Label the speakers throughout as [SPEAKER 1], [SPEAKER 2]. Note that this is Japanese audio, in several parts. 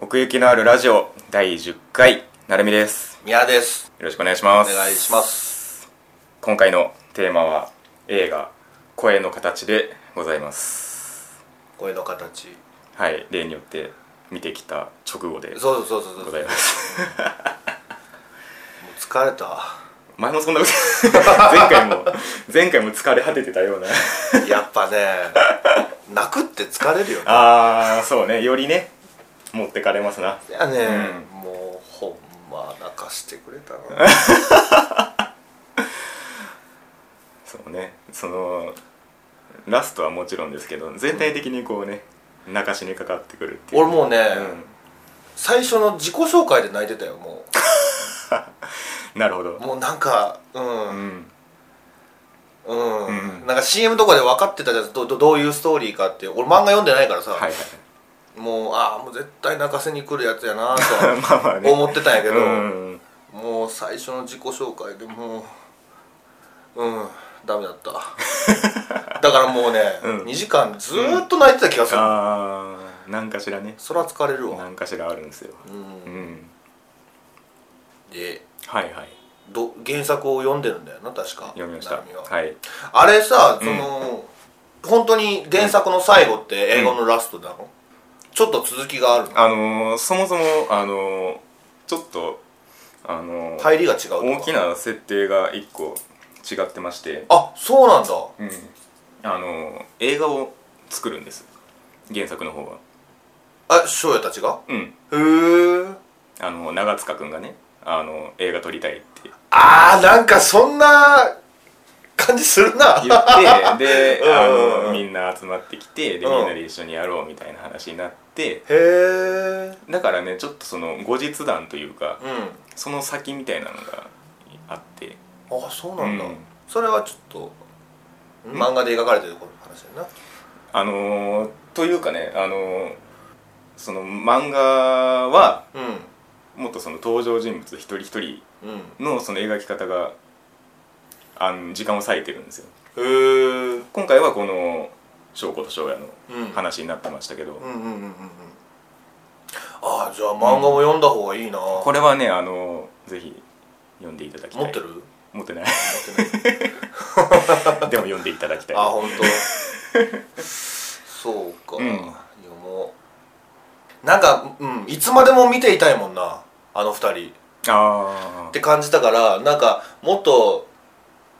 [SPEAKER 1] 奥行きのあるラジオ第10回なるみです
[SPEAKER 2] 宮です
[SPEAKER 1] よろしくお願いしま
[SPEAKER 2] お
[SPEAKER 1] す
[SPEAKER 2] 願いします
[SPEAKER 1] 今回のテーマは映画「声の形」でございます
[SPEAKER 2] 声の形
[SPEAKER 1] はい例によって見てきた直後で
[SPEAKER 2] そうそうそうそうそ
[SPEAKER 1] ご
[SPEAKER 2] う
[SPEAKER 1] ざい
[SPEAKER 2] もう
[SPEAKER 1] ます
[SPEAKER 2] 疲れた
[SPEAKER 1] 前もそんなこと前回も前回も疲れ果ててたような
[SPEAKER 2] やっぱね 泣くって疲れるよね
[SPEAKER 1] ああそうねよりね持ってかれますない
[SPEAKER 2] やね、もうほんま泣かしてくれたな
[SPEAKER 1] そうねそのラストはもちろんですけど全体的にこうね泣かしにかかってくるっていう
[SPEAKER 2] 俺もうね、
[SPEAKER 1] う
[SPEAKER 2] 最初の自己紹介で泣いてたよも
[SPEAKER 1] ん、なるほど
[SPEAKER 2] うもうなんかう
[SPEAKER 1] うんん
[SPEAKER 2] うん、
[SPEAKER 1] うん
[SPEAKER 2] なんか CM とかで分かってたじゃんどどどういうストーリーかって俺漫画読んでないからさ、
[SPEAKER 1] はいはい
[SPEAKER 2] もうああもう絶対泣かせに来るやつや
[SPEAKER 1] まあ
[SPEAKER 2] な
[SPEAKER 1] まあ
[SPEAKER 2] と
[SPEAKER 1] ね
[SPEAKER 2] 思ってたんやけど、
[SPEAKER 1] うん
[SPEAKER 2] もう最初の自己紹介でもううんダメだった だからもうね、
[SPEAKER 1] うん
[SPEAKER 2] 2時間ずーっと泣いてた気がする、
[SPEAKER 1] ああなんかしらね
[SPEAKER 2] そりゃ疲れるわ
[SPEAKER 1] なんかしらあるんですよ
[SPEAKER 2] うん
[SPEAKER 1] うん
[SPEAKER 2] で
[SPEAKER 1] はいはい
[SPEAKER 2] ど原作を読んでるんだよな確か
[SPEAKER 1] 読みました
[SPEAKER 2] ナミは
[SPEAKER 1] はい
[SPEAKER 2] あれさその、本当に原作の最後って英語のラストなの、ちょっと続きがあるの
[SPEAKER 1] あのー、そもそもあのー、ちょっとあのー
[SPEAKER 2] 入りが違うとか
[SPEAKER 1] 大きな設定が一個違ってまして
[SPEAKER 2] あそうなんだ
[SPEAKER 1] うん、あの映画を作るんです原作の方は
[SPEAKER 2] あ翔也たちが
[SPEAKER 1] うん
[SPEAKER 2] へえ
[SPEAKER 1] あの長塚君がねあの映画撮りたいって
[SPEAKER 2] あーなんかそんな感じするな
[SPEAKER 1] 言ってで、
[SPEAKER 2] うん
[SPEAKER 1] あのみんな集まってきてで
[SPEAKER 2] うん
[SPEAKER 1] みんなで一緒にやろうみたいな話になって
[SPEAKER 2] へえ
[SPEAKER 1] だからねちょっとその後日談というか
[SPEAKER 2] う
[SPEAKER 1] その先みたいなのがあって
[SPEAKER 2] んあそうなんだ、
[SPEAKER 1] うん
[SPEAKER 2] それはちょっと漫画で描かれてるこの話だな
[SPEAKER 1] あのーというかねあのーその漫画は
[SPEAKER 2] う
[SPEAKER 1] もっとその登場人物一人一人
[SPEAKER 2] んうん
[SPEAKER 1] のその描き方があの時間を割いてるんですよ
[SPEAKER 2] へえ
[SPEAKER 1] 今回はこの翔子と翔也の
[SPEAKER 2] うん
[SPEAKER 1] 話になってましたけど、
[SPEAKER 2] うんうんうんうんうんああじゃあ漫画も読んだ方がいいな、
[SPEAKER 1] これはねあのぜひ読んでいただきたい
[SPEAKER 2] 持ってる持
[SPEAKER 1] 持
[SPEAKER 2] っ
[SPEAKER 1] ってない
[SPEAKER 2] てない
[SPEAKER 1] でも読んでいただきたい
[SPEAKER 2] あ本当。そうか、
[SPEAKER 1] うん
[SPEAKER 2] 読もうなんか、うん、いつまでも見ていたいもんなあの二人
[SPEAKER 1] あ
[SPEAKER 2] っ
[SPEAKER 1] ー
[SPEAKER 2] て感じたからなんかもっと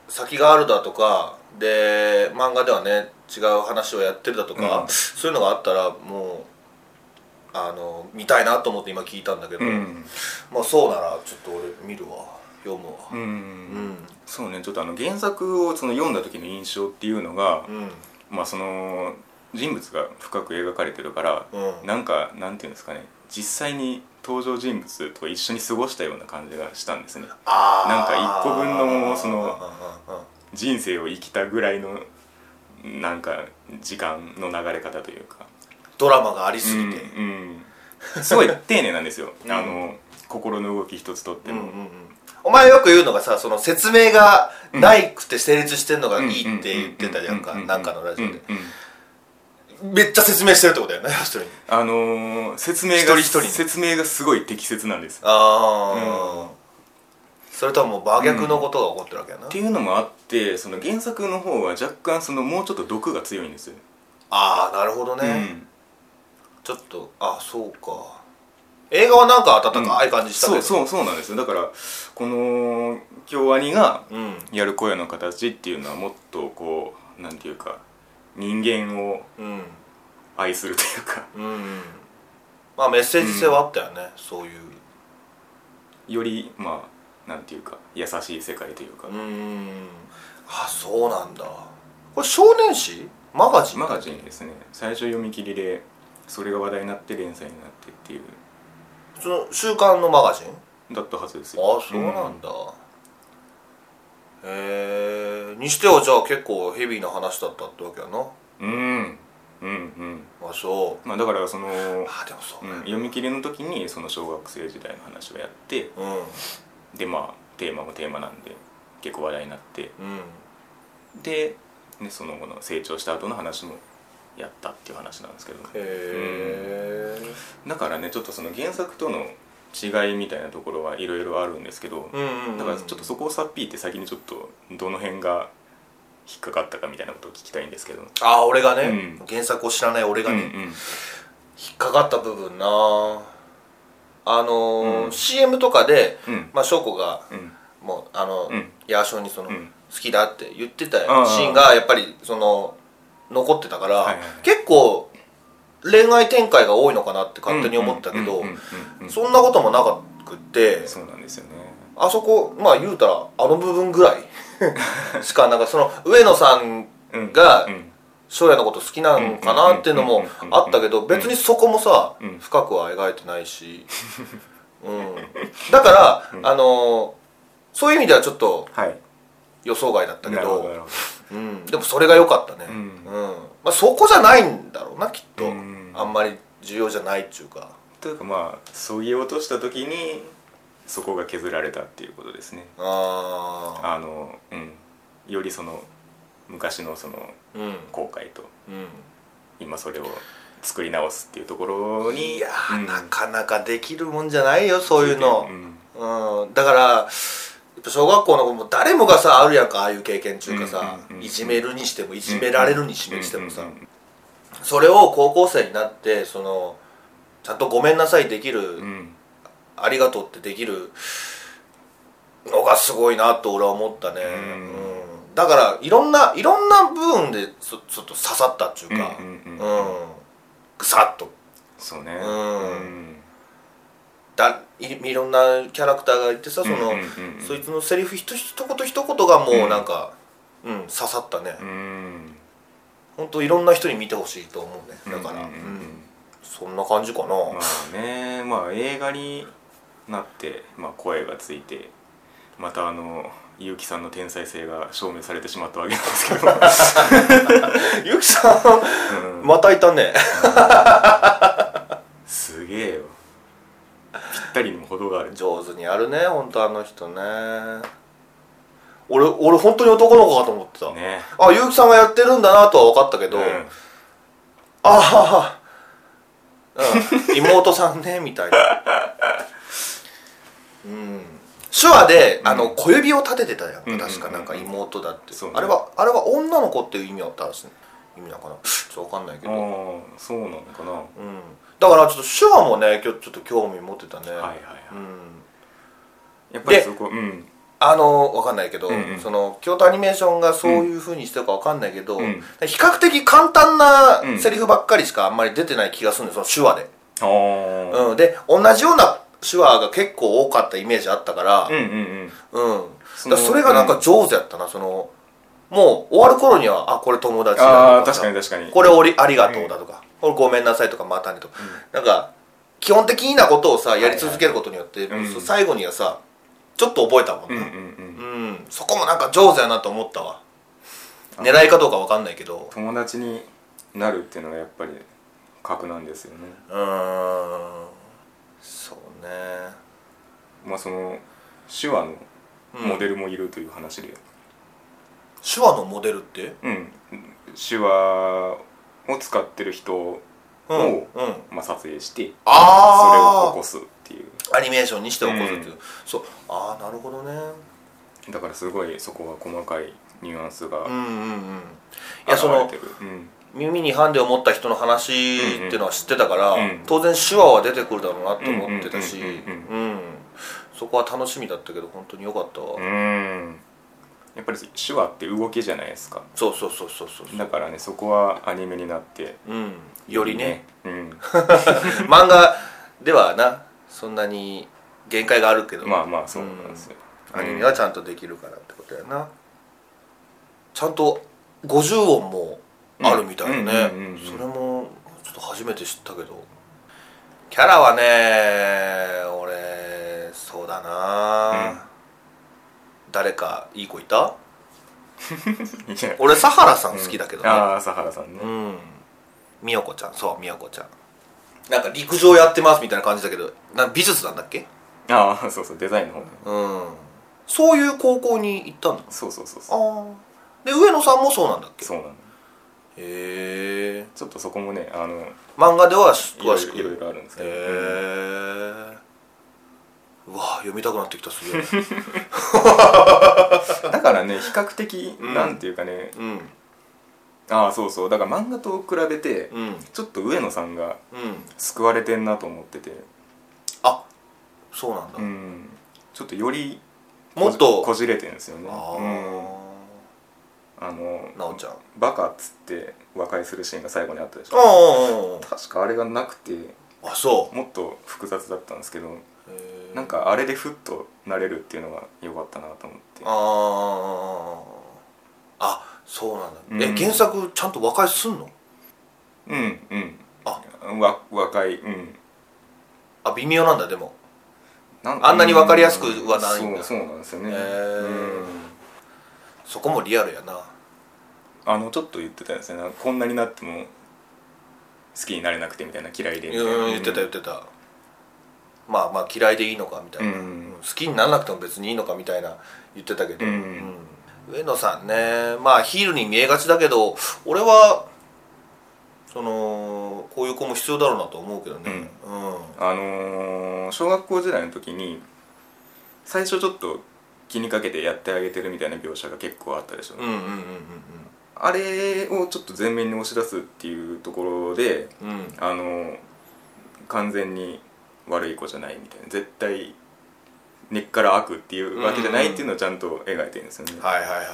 [SPEAKER 2] 先があるだとかで漫画ではね違う話をやってるだとか、
[SPEAKER 1] うん
[SPEAKER 2] そういうのがあったらもうあの見たいなと思って今聞いたんだけど、
[SPEAKER 1] うん
[SPEAKER 2] まあそうならちょっと俺見るわ読むわ
[SPEAKER 1] うん、
[SPEAKER 2] うん
[SPEAKER 1] そうねちょっとあの原作をその読んだ時の印象っていうのが、
[SPEAKER 2] うん
[SPEAKER 1] まあその人物が深く描かれてるから、
[SPEAKER 2] うん
[SPEAKER 1] なんかなんていうんですかね実際に登場人物と一緒に過ごしたような感じがしたんですね
[SPEAKER 2] あー
[SPEAKER 1] なんか一個分のその
[SPEAKER 2] うんうんうん
[SPEAKER 1] 人生を生きたぐらいのなんか時間の流れ方というか
[SPEAKER 2] ドラマがありすぎて、
[SPEAKER 1] うんうん、すごい丁寧なんですよ、
[SPEAKER 2] うん
[SPEAKER 1] あの心の動き一つとって
[SPEAKER 2] うん
[SPEAKER 1] も、
[SPEAKER 2] うんうんお前よく言うのがさその説明がないくて成立してんのがいいって言ってたじゃん
[SPEAKER 1] う
[SPEAKER 2] か
[SPEAKER 1] ううう
[SPEAKER 2] なんかのラジオで
[SPEAKER 1] うんうん
[SPEAKER 2] めっちゃ説明してるってことだよね一人に
[SPEAKER 1] あのー説明が
[SPEAKER 2] 一人一人に
[SPEAKER 1] 説明がすごい適切なんです
[SPEAKER 2] ああ、それとはもう真逆のことが起こってるわけやな、
[SPEAKER 1] っていうのもあってその原作の方は若干そのもうちょっと毒が強いんですよ、
[SPEAKER 2] ああなるほどね、
[SPEAKER 1] うん
[SPEAKER 2] ちょっとあそうか映画はなんか温かい感じしたけど、
[SPEAKER 1] そうそうそうなんですよだからこの京アニが
[SPEAKER 2] ううん
[SPEAKER 1] やる声の形っていうのはもっとこうなんていうか人間を
[SPEAKER 2] うん
[SPEAKER 1] 愛するというか
[SPEAKER 2] うんまあメッセージ性はあったよね、そういう
[SPEAKER 1] よりまあなんていうか優しい世界というか、
[SPEAKER 2] うんあそうなんだこれ少年誌マガジン
[SPEAKER 1] マガジンですね最初読み切りでそれが話題になって連載になってっていう
[SPEAKER 2] その週刊のマガジン
[SPEAKER 1] だったはずですよ
[SPEAKER 2] あそうなんだ、へえにしてはじゃあ結構ヘビーな話だったってわけやな
[SPEAKER 1] うんうんうんうん
[SPEAKER 2] あそう
[SPEAKER 1] まあだからその、うん
[SPEAKER 2] あでもそうね
[SPEAKER 1] 読み切りの時にその小学生時代の話をやって
[SPEAKER 2] うん
[SPEAKER 1] でまあテーマもテーマなんで結構話題になって
[SPEAKER 2] うん
[SPEAKER 1] で、ね、その後の成長した後の話もやったっていう話なんですけど、
[SPEAKER 2] へえ
[SPEAKER 1] だからねちょっとその原作との違いみたいなところはいろいろあるんですけど、
[SPEAKER 2] うんうん
[SPEAKER 1] だからちょっとそこをさっぴいて先にちょっとどの辺が引っかかったかみたいなことを聞きたいんですけど、
[SPEAKER 2] ああ俺がね、
[SPEAKER 1] うん
[SPEAKER 2] 原作を知らない俺がね、
[SPEAKER 1] うん
[SPEAKER 2] 引っかかった部分なあのー
[SPEAKER 1] うん
[SPEAKER 2] CM とかで、
[SPEAKER 1] うん
[SPEAKER 2] まあ翔子が
[SPEAKER 1] うん
[SPEAKER 2] もうあの、
[SPEAKER 1] うん
[SPEAKER 2] ヤーショーにその、
[SPEAKER 1] うん
[SPEAKER 2] 好きだって言ってたシ
[SPEAKER 1] ああ
[SPEAKER 2] ーンがやっぱりその残ってたから、
[SPEAKER 1] はいはいはい
[SPEAKER 2] 結構恋愛展開が多いのかなって勝手に思ったけ
[SPEAKER 1] うん
[SPEAKER 2] ど
[SPEAKER 1] うんうんうんうん
[SPEAKER 2] そんなこともなくって
[SPEAKER 1] そうなんですよね
[SPEAKER 2] あそこまあ言うたらあの部分ぐ らいしかなんかその上野さん
[SPEAKER 1] うん
[SPEAKER 2] が
[SPEAKER 1] うん
[SPEAKER 2] 将来のこと好きなのかなっていうの
[SPEAKER 1] うん
[SPEAKER 2] も
[SPEAKER 1] うんうんうん
[SPEAKER 2] あったけど別にそこもさ
[SPEAKER 1] うん
[SPEAKER 2] 深くは描いてないし、 うん、だから、あのーそういう意味ではちょっと
[SPEAKER 1] はい
[SPEAKER 2] 予想外だったけ
[SPEAKER 1] なるほどな
[SPEAKER 2] ど
[SPEAKER 1] るほ
[SPEAKER 2] うん、でもそれが良かったね、
[SPEAKER 1] うん
[SPEAKER 2] まあ、そこじゃないんだろうなきっと、
[SPEAKER 1] うん
[SPEAKER 2] あんまり重要じゃないっていうか
[SPEAKER 1] どというかまあそぎ落とした時にそこが削られたっていうことですね
[SPEAKER 2] ああ
[SPEAKER 1] あのうんよりその昔のその
[SPEAKER 2] うん
[SPEAKER 1] 後悔と
[SPEAKER 2] うん
[SPEAKER 1] 今それを作り直すっていうところに
[SPEAKER 2] いやー、
[SPEAKER 1] うん
[SPEAKER 2] なかなかできるもんじゃないよそういうの
[SPEAKER 1] う、ん
[SPEAKER 2] うんだからやっぱ小学校の子も誰もがさあるやんかああいう経験中かさ、
[SPEAKER 1] うんうんうん
[SPEAKER 2] いじめるにしてもいじめられるにしてもさ、
[SPEAKER 1] うんうんうん
[SPEAKER 2] それを高校生になってそのちゃんと「ごめんなさい」できる、
[SPEAKER 1] うん
[SPEAKER 2] ありがとうってできるのがすごいなと俺は思ったね、
[SPEAKER 1] うん
[SPEAKER 2] うんだからいろんないろんな部分でそちょっと刺さったっていうか
[SPEAKER 1] う
[SPEAKER 2] うんん
[SPEAKER 1] うんうん
[SPEAKER 2] ぐさっと
[SPEAKER 1] そうね
[SPEAKER 2] うん
[SPEAKER 1] うん
[SPEAKER 2] だいいろんなキャラクターがいてさその、
[SPEAKER 1] うんうんうん
[SPEAKER 2] そいつのセリフ一一言一言がもうなんか、うん刺さったね、
[SPEAKER 1] うん
[SPEAKER 2] ほんといろんな人に見てほしいと思うねだから、
[SPEAKER 1] うんうんうんうん
[SPEAKER 2] うんそんな感じかな、
[SPEAKER 1] まあねまあ映画になって、まあ、声がついてまたあの結城さんの天才性が証明されてしまったわけなんですけど、
[SPEAKER 2] ゆきさん
[SPEAKER 1] うん
[SPEAKER 2] またいたね
[SPEAKER 1] すげえよぴったりにも程がある
[SPEAKER 2] 上手にやるねほんとあの人ね俺俺本当に男の子かと思ってた、
[SPEAKER 1] ね
[SPEAKER 2] あ結城さんがやってるんだなとは分かったけど、
[SPEAKER 1] うん
[SPEAKER 2] ああ、うん、妹さんねみたいなうん手話であの小指を立ててたやん
[SPEAKER 1] うんうんうん
[SPEAKER 2] か確かなんか妹だって、
[SPEAKER 1] そうね
[SPEAKER 2] あれはあれは女の子っていう意味だったんですね意味なのかなちょっと分かんないけ
[SPEAKER 1] あ
[SPEAKER 2] ど、うん、
[SPEAKER 1] あそうなのかなは
[SPEAKER 2] だからちょっと手話もね今日ちょっと興味持ってたね、
[SPEAKER 1] いはいはい、
[SPEAKER 2] うん
[SPEAKER 1] やっぱり
[SPEAKER 2] で
[SPEAKER 1] そこうん
[SPEAKER 2] あの分かんないけど、
[SPEAKER 1] うんうん
[SPEAKER 2] その京都アニメーションがそういうふうにしてるか分かんないけど、
[SPEAKER 1] うん
[SPEAKER 2] 比較的簡単なセリフばっかりしかあんまり出てない気がするんですよその手話で、
[SPEAKER 1] ああ
[SPEAKER 2] うん、で同じような手話が結構多かったイメージあったから
[SPEAKER 1] うんうんうん
[SPEAKER 2] うん、
[SPEAKER 1] そ
[SPEAKER 2] そ
[SPEAKER 1] の
[SPEAKER 2] それがなんか上手やったなそのもう終わる頃にはあこれ友達だ
[SPEAKER 1] ああ
[SPEAKER 2] とか
[SPEAKER 1] 確
[SPEAKER 2] さ
[SPEAKER 1] かに確かに
[SPEAKER 2] これおりありがとうだとか、これごめんなさいとかまたねとか、なんか基本的なことをさやり続けることによって、
[SPEAKER 1] はいはいうん
[SPEAKER 2] 最後にはさちょっと覚えたもん
[SPEAKER 1] うんう
[SPEAKER 2] な、
[SPEAKER 1] んうん
[SPEAKER 2] うん、そこもなんか上手やなと思ったわ狙いかどうかわかんないけど
[SPEAKER 1] 友達になるっていうのがやっぱり格なんですよね
[SPEAKER 2] うーんそうね
[SPEAKER 1] まあその手話のモデルもいるという話で、
[SPEAKER 2] 手話のモデルって
[SPEAKER 1] うん、手話を使ってる人を、
[SPEAKER 2] うん、うん、
[SPEAKER 1] まあ、撮影してそれを
[SPEAKER 2] あ
[SPEAKER 1] 起
[SPEAKER 2] あ
[SPEAKER 1] こすっていう
[SPEAKER 2] アニメーションにして起こすっていう、
[SPEAKER 1] うん
[SPEAKER 2] そうああなるほどね
[SPEAKER 1] だからすごいそこは細かいニュアンスが
[SPEAKER 2] うんうんうんいや
[SPEAKER 1] 現
[SPEAKER 2] その
[SPEAKER 1] れてる、うん
[SPEAKER 2] 耳にハンデを持った人の話っていうのは知ってたから、
[SPEAKER 1] うんうん
[SPEAKER 2] 当然手話は出てくるだろうなって思ってたし
[SPEAKER 1] うんうん
[SPEAKER 2] うんそこは楽しみだったけど本当によかったわ、
[SPEAKER 1] うんやっぱり手話って動きじゃないですか
[SPEAKER 2] そうそうそうそうそう
[SPEAKER 1] だからねそこはアニメになって
[SPEAKER 2] うんよりね
[SPEAKER 1] うん
[SPEAKER 2] 漫画ではなそんなに限界があるけど、
[SPEAKER 1] まあまあそうなんですよ、
[SPEAKER 2] アニ メはち
[SPEAKER 1] ゃん
[SPEAKER 2] ゃんとできるからってことやなちゃんと50音もあるみたいなね
[SPEAKER 1] うんうんうんうん
[SPEAKER 2] それもちょっと初めて知ったけどキャラはね俺そうだな、
[SPEAKER 1] うん
[SPEAKER 2] 誰かいい子いた
[SPEAKER 1] と
[SPEAKER 2] 俺サハラさん好きだけどね
[SPEAKER 1] ああ佐原さんね、
[SPEAKER 2] うん美代子ちゃんそう美代子ちゃんなんか陸上やってますみたいな感じだけどな美術なんだっけ
[SPEAKER 1] ああそうそうデザインの方ね
[SPEAKER 2] うんそういう高校に行ったんだ
[SPEAKER 1] そうそうそうそう
[SPEAKER 2] ああで上野さんもそうなんだっけ
[SPEAKER 1] そうなの
[SPEAKER 2] へへえ
[SPEAKER 1] ちょっとそこもねあの
[SPEAKER 2] 漫画ではい
[SPEAKER 1] ろ
[SPEAKER 2] 詳
[SPEAKER 1] い
[SPEAKER 2] し
[SPEAKER 1] ろ
[SPEAKER 2] く
[SPEAKER 1] いろいろあるんですけど、うん
[SPEAKER 2] へえうわ読みたくなってきたす げえ
[SPEAKER 1] だからね比較的、
[SPEAKER 2] うん
[SPEAKER 1] なんていうかね
[SPEAKER 2] うん
[SPEAKER 1] ああそうそうだから漫画と比べて、
[SPEAKER 2] うん
[SPEAKER 1] ちょっと上野さんが
[SPEAKER 2] うん
[SPEAKER 1] 救われてんなと思ってて、
[SPEAKER 2] あそうなんだ、
[SPEAKER 1] うん、ちょっとより
[SPEAKER 2] もっと
[SPEAKER 1] こじれてんですよね
[SPEAKER 2] あ
[SPEAKER 1] うんあの
[SPEAKER 2] あなおちゃんあ
[SPEAKER 1] バカっつって和解するシーンが最後にあったでしょ
[SPEAKER 2] あ
[SPEAKER 1] 確かあれがなくて
[SPEAKER 2] あそ
[SPEAKER 1] もっと複雑だったんですけど
[SPEAKER 2] うへー
[SPEAKER 1] なんかあれでふっとなれるっていうのが良かったなと思って
[SPEAKER 2] あああそうなんだ、
[SPEAKER 1] う
[SPEAKER 2] え
[SPEAKER 1] ん
[SPEAKER 2] 原作ちゃんと和解すんの
[SPEAKER 1] うんうん
[SPEAKER 2] あ
[SPEAKER 1] わ和解うん
[SPEAKER 2] あ微妙なんだでも
[SPEAKER 1] な
[SPEAKER 2] あんなに分かりやすくはないん
[SPEAKER 1] う
[SPEAKER 2] だ
[SPEAKER 1] そうそうなんですよね、
[SPEAKER 2] へ
[SPEAKER 1] う
[SPEAKER 2] ー
[SPEAKER 1] ん
[SPEAKER 2] そこもリアルやな
[SPEAKER 1] あのちょっと言ってたんですねなんかこんなになっても好きになれなくてみたいな嫌いでみたいな
[SPEAKER 2] うん言ってた言ってたまあまあ嫌いでいいのかみたいな、
[SPEAKER 1] うん
[SPEAKER 2] 好きにならなくても別にいいのかみたいな言ってたけど、
[SPEAKER 1] うん
[SPEAKER 2] うん上野さんねまあヒールに見えがちだけど俺はそのこういう子も必要だろうなと思うけどねうん、
[SPEAKER 1] あのー小学校時代の時に最初ちょっと気にかけてやってあげてるみたいな描写が結構あったでしょ、
[SPEAKER 2] うん、うんうん
[SPEAKER 1] あれをちょっと前面に押し出すっていうところで
[SPEAKER 2] うんうんうん
[SPEAKER 1] あのー完全に悪い子じゃないみたいな絶対根っから悪っていうわけじゃないっていうのをちゃんと描いてるんですよね、
[SPEAKER 2] はいはいはいはい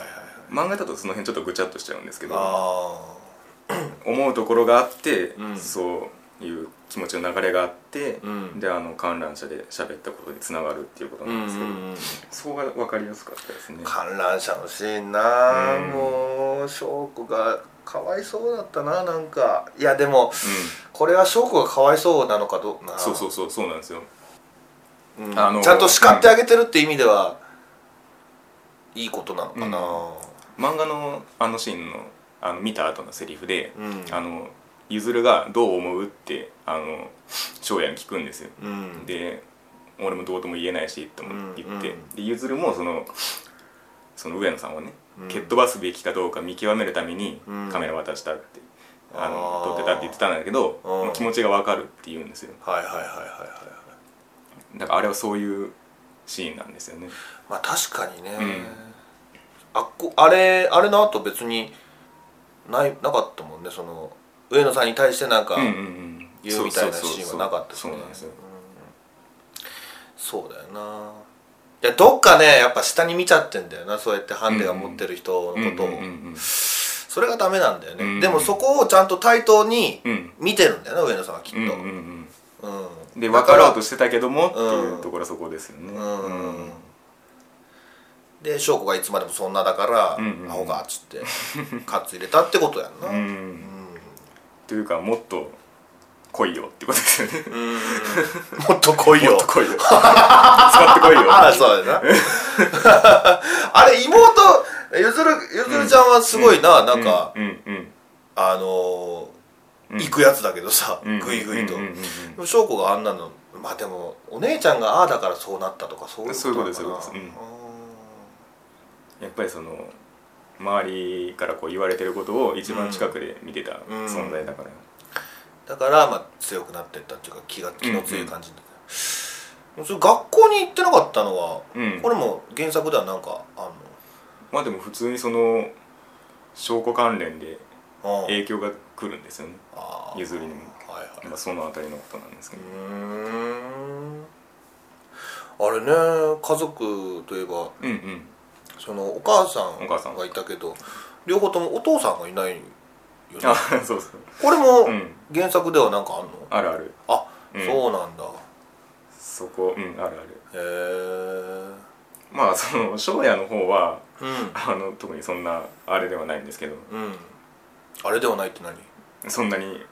[SPEAKER 1] 漫画だとその辺ちょっとぐちゃっとしちゃうんですけど
[SPEAKER 2] あ
[SPEAKER 1] 思うところがあって、
[SPEAKER 2] うん
[SPEAKER 1] そういう気持ちの流れがあって、
[SPEAKER 2] うん
[SPEAKER 1] であの観覧車で喋ったことにつながるっていうこと
[SPEAKER 2] あう
[SPEAKER 1] なんで
[SPEAKER 2] んう
[SPEAKER 1] すけど、
[SPEAKER 2] んうん
[SPEAKER 1] そこが分かりやすかったですね
[SPEAKER 2] 観覧車のシーンなあ、
[SPEAKER 1] うん
[SPEAKER 2] もう翔子がかわいそうだったななんかいやでもこれは翔子がかわいそうなのかどうな
[SPEAKER 1] そうそうそうそうなんですよ
[SPEAKER 2] うん
[SPEAKER 1] あの
[SPEAKER 2] ちゃんと叱ってあげてるって意味では、いいことなのかな
[SPEAKER 1] 漫画のあのシーンのあの見た後のセリフで、
[SPEAKER 2] うん
[SPEAKER 1] あのゆずるが「どう思う?」ってあの翔也に聞くんですよ、
[SPEAKER 2] うん
[SPEAKER 1] で俺もどうとも言えないしとも言って、
[SPEAKER 2] うんうん
[SPEAKER 1] でゆずるもそのその上野さんをね、
[SPEAKER 2] うん
[SPEAKER 1] 蹴っ飛ばすべきかどうか見極めるために
[SPEAKER 2] うん
[SPEAKER 1] カメラ渡したって、あの
[SPEAKER 2] あー
[SPEAKER 1] 撮ってたって言ってたんだけど、
[SPEAKER 2] うん
[SPEAKER 1] もう気持ちが分かるって言うんですよ
[SPEAKER 2] はいはいはいはいはい
[SPEAKER 1] だからあれはそういうシーンなんですよね
[SPEAKER 2] まあ確かにね、
[SPEAKER 1] ん
[SPEAKER 2] あっこあれあれの後別にないなかったもんねその上野さんに対してなんか
[SPEAKER 1] うんうんうん
[SPEAKER 2] 言うみたいなシーンはなかったし
[SPEAKER 1] そうそうそうそ
[SPEAKER 2] ね
[SPEAKER 1] うなんですよ
[SPEAKER 2] そうだよないやどっかねやっぱ下に見ちゃってんだよなそうやってハンデが持ってる人のことを、
[SPEAKER 1] うんうんうん
[SPEAKER 2] それがダメなんだよね、
[SPEAKER 1] うん
[SPEAKER 2] でもそこをちゃんと対等に
[SPEAKER 1] うん
[SPEAKER 2] 見てるんだよな上野さんはきっと、
[SPEAKER 1] うんうんうん
[SPEAKER 2] うん
[SPEAKER 1] で分かろうと
[SPEAKER 2] し
[SPEAKER 1] してたけどもっていうところはそこですよね、
[SPEAKER 2] うんで翔子がいつまでもそんなだから、
[SPEAKER 1] うんうんうん
[SPEAKER 2] アホかっつってカツ入れたってことやんな、
[SPEAKER 1] う
[SPEAKER 2] うん
[SPEAKER 1] んというかもっと来いよってことですよね
[SPEAKER 2] もっと来い
[SPEAKER 1] も
[SPEAKER 2] よ
[SPEAKER 1] っと来いよ使ってこいよ
[SPEAKER 2] ああそうだよなあれ妹ゆずるゆずるちゃんはすごいな、なんか、
[SPEAKER 1] うんうん
[SPEAKER 2] あのー
[SPEAKER 1] うん
[SPEAKER 2] 行くやつだけどさ、
[SPEAKER 1] うん
[SPEAKER 2] グイグイと、
[SPEAKER 1] うんうんうんうん
[SPEAKER 2] でも翔子があんなのまあでもお姉ちゃんがああだからそうなったとかそういうことなのかな
[SPEAKER 1] そういうことですそういうこ
[SPEAKER 2] う
[SPEAKER 1] やっぱりその周りからこう言われてることを一番近くで見てた
[SPEAKER 2] うん
[SPEAKER 1] 存在だから、
[SPEAKER 2] んだからまあ強くなってったっていうか気が気の強い感じになった、それ学校に行ってなかったのは、
[SPEAKER 1] うん
[SPEAKER 2] これも原作ではなんかあ
[SPEAKER 1] まあでも普通にその証拠関連で
[SPEAKER 2] んの、うん、
[SPEAKER 1] 影響が来るんですよね
[SPEAKER 2] あー
[SPEAKER 1] 譲りにも
[SPEAKER 2] はいはい
[SPEAKER 1] まあそのあたりのことなんですけど、
[SPEAKER 2] うーんあれね家族といえば
[SPEAKER 1] うん、うん
[SPEAKER 2] そのお母さ
[SPEAKER 1] お母さん
[SPEAKER 2] んがいたけど両方ともお父さんがいないよね
[SPEAKER 1] あそうそう
[SPEAKER 2] これも
[SPEAKER 1] うん
[SPEAKER 2] 原作ではなんかあんの、
[SPEAKER 1] あるある
[SPEAKER 2] あ、
[SPEAKER 1] うん
[SPEAKER 2] そうなんだ
[SPEAKER 1] そこうんあるある
[SPEAKER 2] へえ
[SPEAKER 1] まあその 翔也の方は
[SPEAKER 2] うん
[SPEAKER 1] あの特にそんなあれではないんですけど
[SPEAKER 2] うんあれではないって何
[SPEAKER 1] そんなに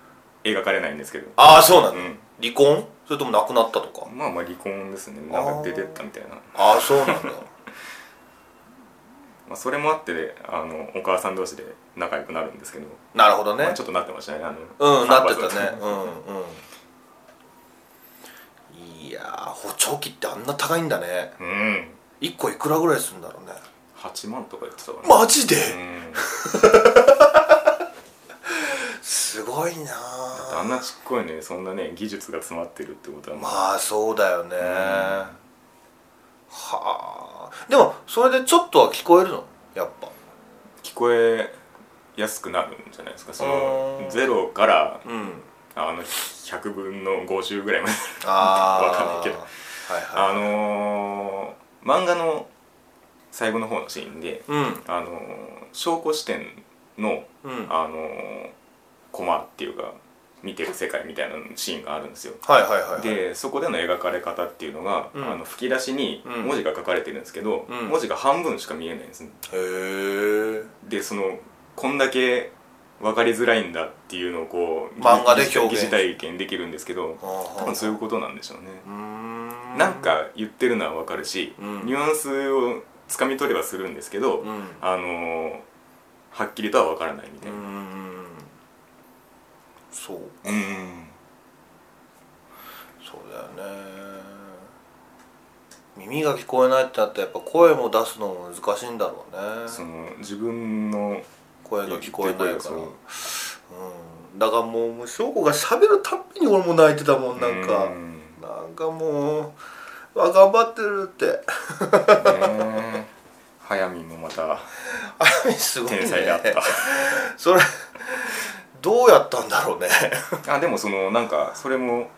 [SPEAKER 1] 描かれないんですけど
[SPEAKER 2] ああそうなん
[SPEAKER 1] う
[SPEAKER 2] だ、
[SPEAKER 1] ん
[SPEAKER 2] 離婚それとも亡くなったとか
[SPEAKER 1] まあまあ離婚ですねなんか出てったみたいな
[SPEAKER 2] ああそう なんだ
[SPEAKER 1] まあ、それもあってあのお母さん同士で仲良くなるんですけど、
[SPEAKER 2] なるほどね、
[SPEAKER 1] まあ、ちょっとなってましたねあの
[SPEAKER 2] うんなってた
[SPEAKER 1] 散
[SPEAKER 2] ね
[SPEAKER 1] 髪
[SPEAKER 2] う
[SPEAKER 1] の時
[SPEAKER 2] んうんいやー補聴器ってあんな高いんだね
[SPEAKER 1] うん
[SPEAKER 2] 1個いくらぐらいするんだろうね
[SPEAKER 1] 8万とか言ってたから、
[SPEAKER 2] マジで、
[SPEAKER 1] うん
[SPEAKER 2] ごいな
[SPEAKER 1] だってあんなちっこいのにそんなね技術が詰まってるってことはもう
[SPEAKER 2] まあそうだよね、
[SPEAKER 1] ん
[SPEAKER 2] はあでもそれでちょっとは聞こえるのやっぱ
[SPEAKER 1] 聞こえやすくなるんじゃないですかその
[SPEAKER 2] うん
[SPEAKER 1] ゼロから
[SPEAKER 2] うん
[SPEAKER 1] あの100分の50ぐらいまで
[SPEAKER 2] ああ
[SPEAKER 1] わかんないけど
[SPEAKER 2] はい
[SPEAKER 1] あ
[SPEAKER 2] は
[SPEAKER 1] のー漫画の最後の方のシーンで、
[SPEAKER 2] いうん
[SPEAKER 1] あのー証拠視点の、
[SPEAKER 2] うんはい
[SPEAKER 1] あのーコマっていうか見てる世界みたいなシーンがあるんですよ
[SPEAKER 2] はいはいはい
[SPEAKER 1] でそこでの描かれ方っていうのが、
[SPEAKER 2] うん
[SPEAKER 1] あの吹き出しに
[SPEAKER 2] うん
[SPEAKER 1] 文字が書かれてるんですけど、
[SPEAKER 2] うん
[SPEAKER 1] 文字が半分しか見えないんですね
[SPEAKER 2] へえ
[SPEAKER 1] でそのこんだけ分かりづらいんだっていうのをこう
[SPEAKER 2] 漫画で表現
[SPEAKER 1] 疑似体験できるんですけど多分そういうことなんでしょうね、
[SPEAKER 2] ん
[SPEAKER 1] なんか言ってるのは分かるし、
[SPEAKER 2] うん
[SPEAKER 1] ニュアンスをつかみ取ればするんですけど、
[SPEAKER 2] うん
[SPEAKER 1] あのーはっきりとは分からないみた
[SPEAKER 2] う
[SPEAKER 1] いな、
[SPEAKER 2] んそう
[SPEAKER 1] うん
[SPEAKER 2] そうだよね耳が聞こえないってなったらやっぱ声も出すのも難しいんだろうね
[SPEAKER 1] その自分の
[SPEAKER 2] 声が聞こえないから
[SPEAKER 1] そう
[SPEAKER 2] うんだからもうもう翔子が喋るたんびに俺も泣いてたもんなんか
[SPEAKER 1] う
[SPEAKER 2] なんかもうわ頑張ってるって
[SPEAKER 1] ねえ早見もまた
[SPEAKER 2] あれすごいね
[SPEAKER 1] 天才であっ
[SPEAKER 2] それどうやったんだろうね
[SPEAKER 1] たあでもそのなんかそれも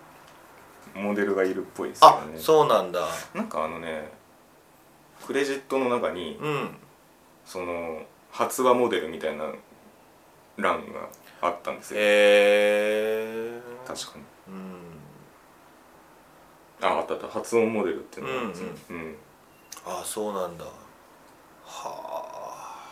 [SPEAKER 1] モデルがいるっぽいですよ
[SPEAKER 2] あ
[SPEAKER 1] ね
[SPEAKER 2] そうなんだ
[SPEAKER 1] なんかあのねクレジットの中に
[SPEAKER 2] うん
[SPEAKER 1] その発話モデルみたいな欄があったんですよ
[SPEAKER 2] えー、
[SPEAKER 1] 確かに
[SPEAKER 2] うん
[SPEAKER 1] ああったあった発音モデルっていうのがあるんですよ、うん
[SPEAKER 2] あそうなんだはあ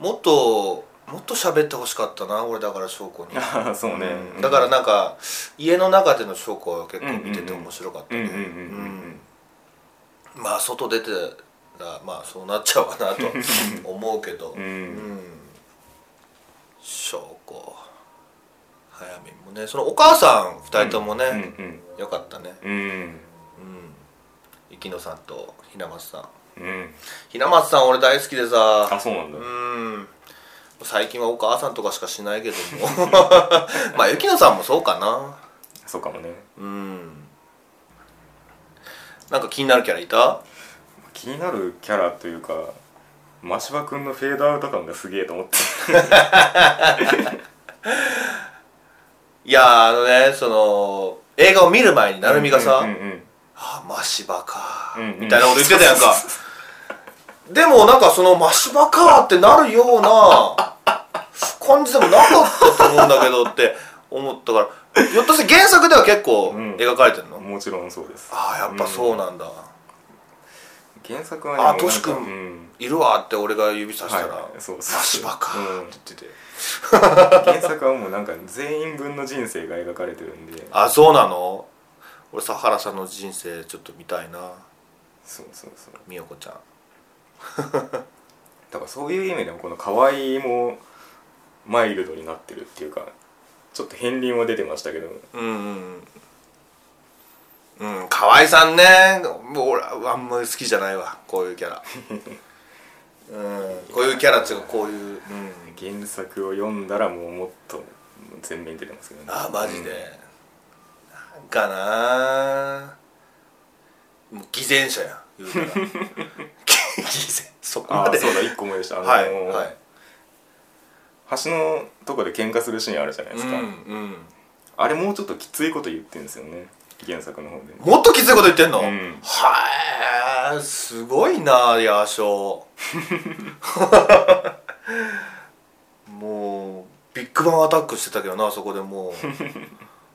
[SPEAKER 2] もっともっと喋ってほしかったな俺だから翔子に
[SPEAKER 1] ああそうね、
[SPEAKER 2] うんだからなんか家の中での翔子は結構見てて
[SPEAKER 1] うんうんうん
[SPEAKER 2] 面白かった
[SPEAKER 1] うんうんうんう
[SPEAKER 2] ね
[SPEAKER 1] んうん
[SPEAKER 2] うんまあ外出てたらまあそうなっちゃうか なと思うけど
[SPEAKER 1] うん
[SPEAKER 2] うん翔子早見もねそのお母さん2人ともね、
[SPEAKER 1] うん
[SPEAKER 2] よかったね
[SPEAKER 1] うん
[SPEAKER 2] うん生野さんと平松さん
[SPEAKER 1] うん
[SPEAKER 2] 平松さん俺大好きで
[SPEAKER 1] あ
[SPEAKER 2] さ
[SPEAKER 1] そうなんだ、
[SPEAKER 2] うん最近はお母さんとかしかしないけども まあ雪乃さんもそうかな
[SPEAKER 1] そうかもね
[SPEAKER 2] うんなんか気になるキャラいた
[SPEAKER 1] 気になるキャラというか真柴君のフェードアウト感がすげえと思って
[SPEAKER 2] いやーあのねその映画を見る前に成海がさ「
[SPEAKER 1] うんうん
[SPEAKER 2] ああ真柴か」
[SPEAKER 1] うんうん
[SPEAKER 2] みたいなこと言ってたやんかでもなんかその「真柴か」ってなるような感じでもなかったと思うんだけどって思ったからひょっとして原作では結構
[SPEAKER 1] うん
[SPEAKER 2] 描かれてるの、
[SPEAKER 1] うんもちろんそうです
[SPEAKER 2] ああやっぱそうなんだ、
[SPEAKER 1] 原作は
[SPEAKER 2] あ
[SPEAKER 1] もうなんか
[SPEAKER 2] トシ君
[SPEAKER 1] うん
[SPEAKER 2] いるわって俺が指さしたら、
[SPEAKER 1] はいそうそう
[SPEAKER 2] 真柴か
[SPEAKER 1] う
[SPEAKER 2] っ
[SPEAKER 1] ん
[SPEAKER 2] て言ってて、
[SPEAKER 1] 原作はもうなんか全員分の人生が描かれてるんで
[SPEAKER 2] あそうなの俺さ原さんの人生ちょっと見たいな
[SPEAKER 1] そうそうそう
[SPEAKER 2] 美代子ちゃん
[SPEAKER 1] だからそういう意味でもこの河合もマイルドになってるっていうかちょっと片鱗は出てましたけど
[SPEAKER 2] うんうんうんうん河合さんねもう俺はあんまり好きじゃないわこういうキャラうんこういうキャラっていうかこういう、うん、
[SPEAKER 1] 原作を読んだらもうもっと全面に出てますけどね
[SPEAKER 2] あマジで、
[SPEAKER 1] うん
[SPEAKER 2] なんかなもう偽善者やん言うた ら偽善そこま
[SPEAKER 1] あ
[SPEAKER 2] で
[SPEAKER 1] そうだ1個思い出したあのー
[SPEAKER 2] はいはい
[SPEAKER 1] 橋のとこで喧嘩するシーンあるじゃないですか、
[SPEAKER 2] うんうん
[SPEAKER 1] あれもうちょっときついこと言ってるんですよね原作の方で
[SPEAKER 2] もっときついこと言ってんの、
[SPEAKER 1] うん
[SPEAKER 2] はえすごいな野鳥もうビッグバンアタックしてたけどなそこでもう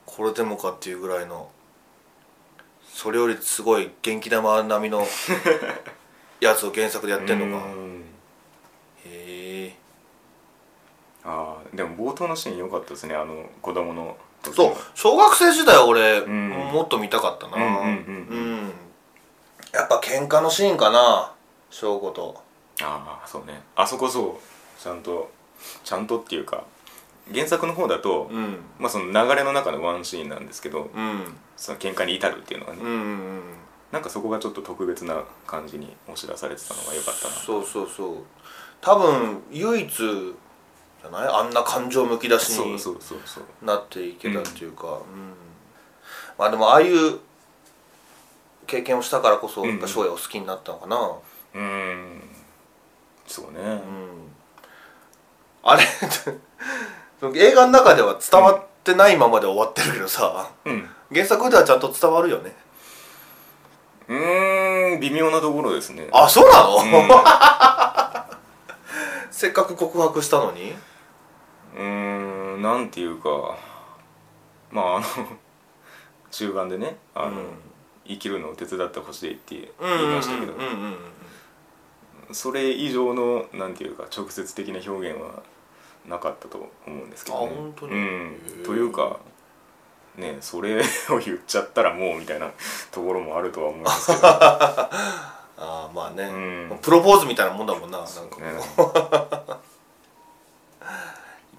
[SPEAKER 2] これでもかっていうぐらいのそれよりすごい元気玉並みのやつを原作でやってんのか
[SPEAKER 1] うん
[SPEAKER 2] へえ
[SPEAKER 1] あーでも冒頭のシーン良かったですねあの子供の時
[SPEAKER 2] そう小学生時代俺、
[SPEAKER 1] ん
[SPEAKER 2] もっと見たかったな
[SPEAKER 1] うんうんうん
[SPEAKER 2] うんやっぱ喧嘩のシーンかな翔子と
[SPEAKER 1] ああそうねあそこそうちゃんとちゃんとっていうか原作の方だと、
[SPEAKER 2] うん
[SPEAKER 1] まあその流れの中のワンシーンなんですけど
[SPEAKER 2] うん
[SPEAKER 1] その喧嘩に至るっていうのがね、
[SPEAKER 2] うんうんうん
[SPEAKER 1] なんかそこがちょっと特別な感じに押し出されてたのが良かったな
[SPEAKER 2] そうそうそう多分唯一じゃないあんな感情むき出し
[SPEAKER 1] そ
[SPEAKER 2] に
[SPEAKER 1] うそうそうそう
[SPEAKER 2] なっていけたっていうか、うんまあでもああいう経験をしたからこそ
[SPEAKER 1] うん
[SPEAKER 2] やっぱ翔也を好きになったのかな、う
[SPEAKER 1] うーんそうね、
[SPEAKER 2] んあれ 映画の中では伝わってないままで終わってるけどさ
[SPEAKER 1] うん、
[SPEAKER 2] 原作ではちゃんと伝わるよね
[SPEAKER 1] うーん微妙なところですね
[SPEAKER 2] あそうなの、
[SPEAKER 1] う
[SPEAKER 2] せっかく告白したのに
[SPEAKER 1] んうーんなんていうかまああの 中盤でねあの、
[SPEAKER 2] うん
[SPEAKER 1] 生きるのを手伝ってほしいって言いましたけど、
[SPEAKER 2] うんうんうん
[SPEAKER 1] それ以上のなんていうか直接的な表現はなかったと思うんですけど、ね、
[SPEAKER 2] あ本当に
[SPEAKER 1] う
[SPEAKER 2] へえ
[SPEAKER 1] ん、というかねそれを言っちゃったらもうみたいなところもあるとは思うんですけど
[SPEAKER 2] ああまあね、
[SPEAKER 1] うん
[SPEAKER 2] プロポーズみたいなもんだもんななんか
[SPEAKER 1] ね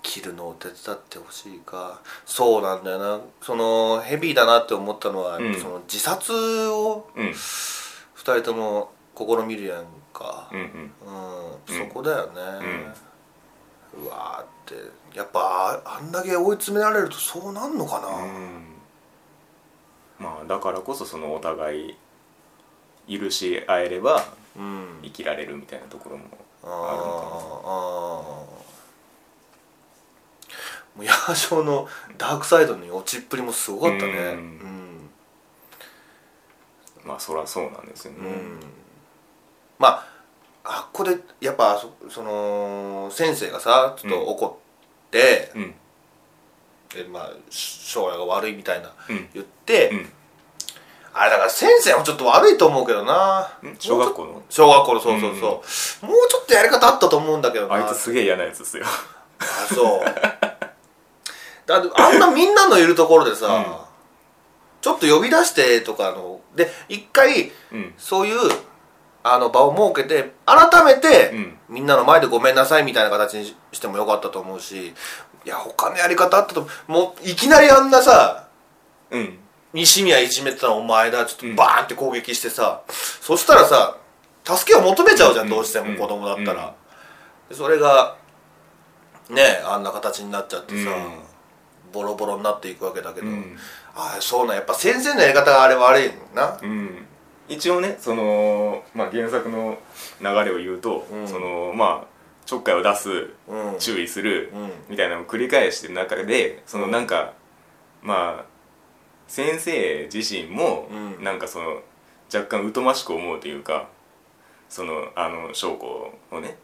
[SPEAKER 2] 着るのを手伝ってほしいかそうなんだよなそのヘビーだなって思ったのは、
[SPEAKER 1] うん
[SPEAKER 2] その自殺を
[SPEAKER 1] うん
[SPEAKER 2] 2人とも試みるやんか
[SPEAKER 1] うんうん
[SPEAKER 2] う
[SPEAKER 1] う
[SPEAKER 2] ん、
[SPEAKER 1] ん
[SPEAKER 2] そこだよね、うわーってやっぱああんだけ追い詰められるとそうなんのかな、
[SPEAKER 1] まあだからこそそのお互い許し合えれば
[SPEAKER 2] うん
[SPEAKER 1] 生きられるみたいなところもあ
[SPEAKER 2] ああもうヤーショーのダークサイドに落ちっぷりもすごかったね
[SPEAKER 1] うんまあそらそうなんですよね
[SPEAKER 2] うん、うんまああっこでやっぱそその先生がさちょっと怒って、
[SPEAKER 1] うん
[SPEAKER 2] でまあ将来が悪いみたいな
[SPEAKER 1] うん
[SPEAKER 2] 言って、
[SPEAKER 1] うん
[SPEAKER 2] あれだから先生もちょっと悪いと思うけどな
[SPEAKER 1] うん小学校の
[SPEAKER 2] 小学校のそうそうそう、もうちょっとやり方あったと思うんだけどな
[SPEAKER 1] あいつすげえ嫌なやつですよ
[SPEAKER 2] あそうだってあんなみんなのいるところでさ、
[SPEAKER 1] うん
[SPEAKER 2] ちょっと呼び出してとかので一回
[SPEAKER 1] うん
[SPEAKER 2] そういうあの場を設けて改めて、
[SPEAKER 1] うん
[SPEAKER 2] みんなの前でごめんなさいみたいな形にししてもよかったと思うしいや他のやり方あったと思うもういきなりあんなさ
[SPEAKER 1] うん
[SPEAKER 2] 西宮いじめてたのお前だちょっ
[SPEAKER 1] うん
[SPEAKER 2] とバーンって攻撃してさ、そしたらさ助けを求めちゃうじゃん、
[SPEAKER 1] うん
[SPEAKER 2] どうしても
[SPEAKER 1] うん
[SPEAKER 2] 子供だった
[SPEAKER 1] う
[SPEAKER 2] ら、
[SPEAKER 1] ん
[SPEAKER 2] でそれがねあんな形になっちゃってさ、
[SPEAKER 1] うん
[SPEAKER 2] ボロボロになっていくわけだけど、
[SPEAKER 1] うん
[SPEAKER 2] ああそうなんやっぱ先生のやり方があれ悪いんな
[SPEAKER 1] うん一応ねその、まあ、原作の流れを言うと、
[SPEAKER 2] うん
[SPEAKER 1] そのまあちょっかいを出す
[SPEAKER 2] うん
[SPEAKER 1] 注意する、
[SPEAKER 2] うん
[SPEAKER 1] みたいなのを繰り返してる中でそのなんか、まあ先生自身も、
[SPEAKER 2] うん
[SPEAKER 1] なんかその若干疎ましく思うというかそのあの証拠をね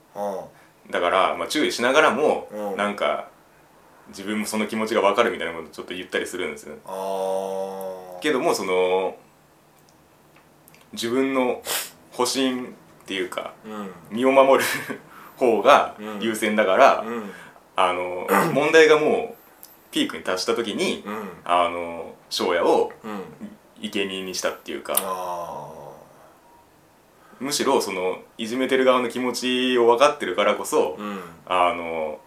[SPEAKER 1] だから、まあ、注意しながらも、
[SPEAKER 2] うん
[SPEAKER 1] なんか自分もその気持ちが分かるみたいなことをちょっと言ったりするんですよ
[SPEAKER 2] ああ
[SPEAKER 1] けどもその自分の保身っていうか
[SPEAKER 2] うん
[SPEAKER 1] 身を守る 方が
[SPEAKER 2] うん
[SPEAKER 1] 優先だから、
[SPEAKER 2] うん
[SPEAKER 1] あの問題がもうピークに達した時に、
[SPEAKER 2] うん
[SPEAKER 1] あの翔也を
[SPEAKER 2] うん
[SPEAKER 1] 生贄にしたっていうか
[SPEAKER 2] ああ
[SPEAKER 1] むしろそのいじめてる側の気持ちを分かってるからこそ、
[SPEAKER 2] うん
[SPEAKER 1] あの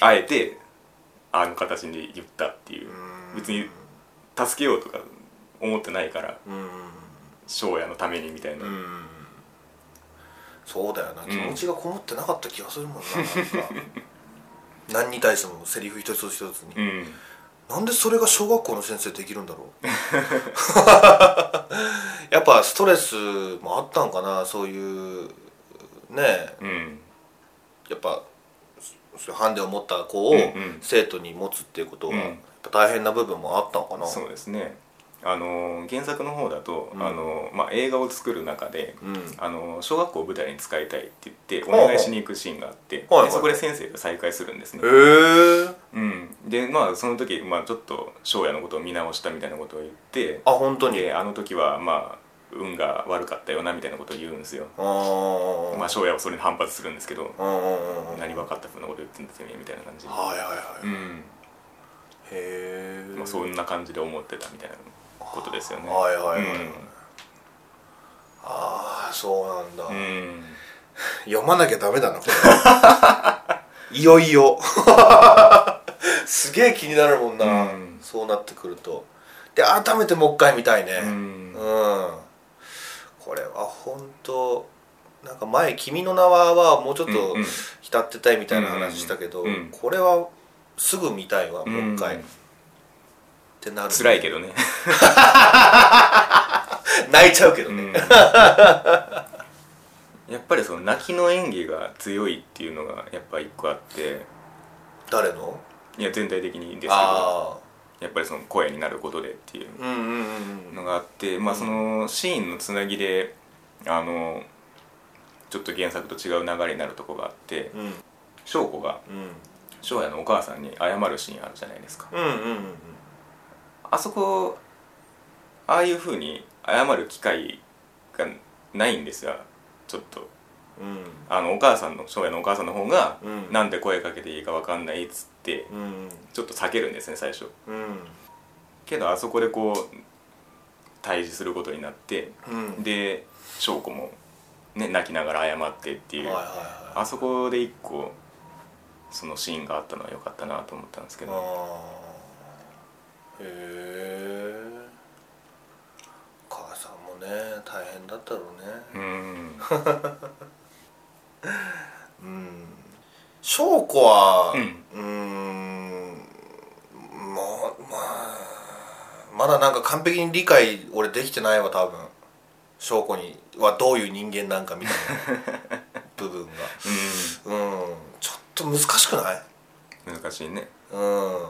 [SPEAKER 1] あえてあの形に言ったっていう別に助けようとか思ってないから
[SPEAKER 2] うん
[SPEAKER 1] 翔也のためにみたいな、
[SPEAKER 2] うんそうだよな
[SPEAKER 1] うん
[SPEAKER 2] 気持ちがこもってなかった気がするもんな,、なんか何に対してもセリフ一つ一つに、
[SPEAKER 1] うん
[SPEAKER 2] なんでそれが小学校の先生できるんだろ うやっぱストレスもあったんかなそういうねえ
[SPEAKER 1] うん
[SPEAKER 2] やっぱそそういうハンデを持った子を
[SPEAKER 1] うんうん
[SPEAKER 2] 生徒に持つっていうことは、
[SPEAKER 1] うん
[SPEAKER 2] やっぱ大変な部分もあったのかな
[SPEAKER 1] そうですねあの原作の方だと、
[SPEAKER 2] うん
[SPEAKER 1] あのまあ、映画を作る中で、
[SPEAKER 2] うん
[SPEAKER 1] あの小学校を舞台に使いたいって言ってお
[SPEAKER 2] ほうほう
[SPEAKER 1] 願いしに行くシーンがあって、
[SPEAKER 2] はいはい
[SPEAKER 1] でそこで先生と再会するんですね、
[SPEAKER 2] へえ
[SPEAKER 1] うん、でまあその時、まあ、ちょっと翔也のことを見直したみたいなことを言って
[SPEAKER 2] あ本当に
[SPEAKER 1] であの時はまあ運が悪かったよなみたいなことを言うんですよ、
[SPEAKER 2] あー
[SPEAKER 1] まあ、翔也はそれに反発するんですけど
[SPEAKER 2] うんうんうんうんはい
[SPEAKER 1] 何分かったふうなこと言ってんですよねみたいな感じで、
[SPEAKER 2] はいはい
[SPEAKER 1] うん
[SPEAKER 2] へえ
[SPEAKER 1] まあ、そんな感じで思ってたみたいなことですよね
[SPEAKER 2] はいはいはいはいああそうなんだ、
[SPEAKER 1] うん、うん
[SPEAKER 2] 読まなきゃダメだなこ れいよいよすげえ気になるもんな、
[SPEAKER 1] うん
[SPEAKER 2] そうなってくるとで改めてもう一回見たいね
[SPEAKER 1] う
[SPEAKER 2] うん
[SPEAKER 1] ん
[SPEAKER 2] これは本当なんか前「君の名は」はもうちょっと
[SPEAKER 1] うんうん
[SPEAKER 2] 浸ってたいみたいな話したけど、
[SPEAKER 1] うんうん
[SPEAKER 2] これはすぐ見たいわもう一回、
[SPEAKER 1] うん
[SPEAKER 2] ってなる
[SPEAKER 1] 辛いけどね
[SPEAKER 2] 泣いちゃうけど
[SPEAKER 1] う
[SPEAKER 2] ね、
[SPEAKER 1] んやっぱりその泣きの演技が強いっていうのがやっぱ一個あって
[SPEAKER 2] 誰の
[SPEAKER 1] いや全体的にですけど
[SPEAKER 2] あ
[SPEAKER 1] やっぱりその声になることでっていう
[SPEAKER 2] あうんうんうんうん
[SPEAKER 1] のがあって、まあ、そのシーンのつなぎであのちょっと原作と違う流れになるとこがあって
[SPEAKER 2] うん
[SPEAKER 1] 翔子が
[SPEAKER 2] うん
[SPEAKER 1] 翔也のお母さんに謝るシーンあるじゃないですか
[SPEAKER 2] うんうんうん
[SPEAKER 1] あそこああいう風に謝る機会がないんですよちょっと
[SPEAKER 2] うん
[SPEAKER 1] あのお母さんの翔也のお母さんの方が、
[SPEAKER 2] うん
[SPEAKER 1] なんで声かけていいかわかんないっつって
[SPEAKER 2] うん
[SPEAKER 1] ちょっと避けるんですね最初
[SPEAKER 2] うん
[SPEAKER 1] けどあそこでこう対峙することになって
[SPEAKER 2] うん
[SPEAKER 1] で翔子も、ね、泣きながら謝ってっていう、
[SPEAKER 2] はいはいはい
[SPEAKER 1] あそこで一個そのシーンがあったのは良かったなと思ったんですけど
[SPEAKER 2] あーへえ母さんもね大変だったろうね
[SPEAKER 1] うーん
[SPEAKER 2] うん翔子は
[SPEAKER 1] うん
[SPEAKER 2] うーんまあまあまだなんか完璧に理解俺できてないわ多分翔子にはどういう人間なんかみたいな部 分がうんちょっと難しくない
[SPEAKER 1] うん難しいね
[SPEAKER 2] うん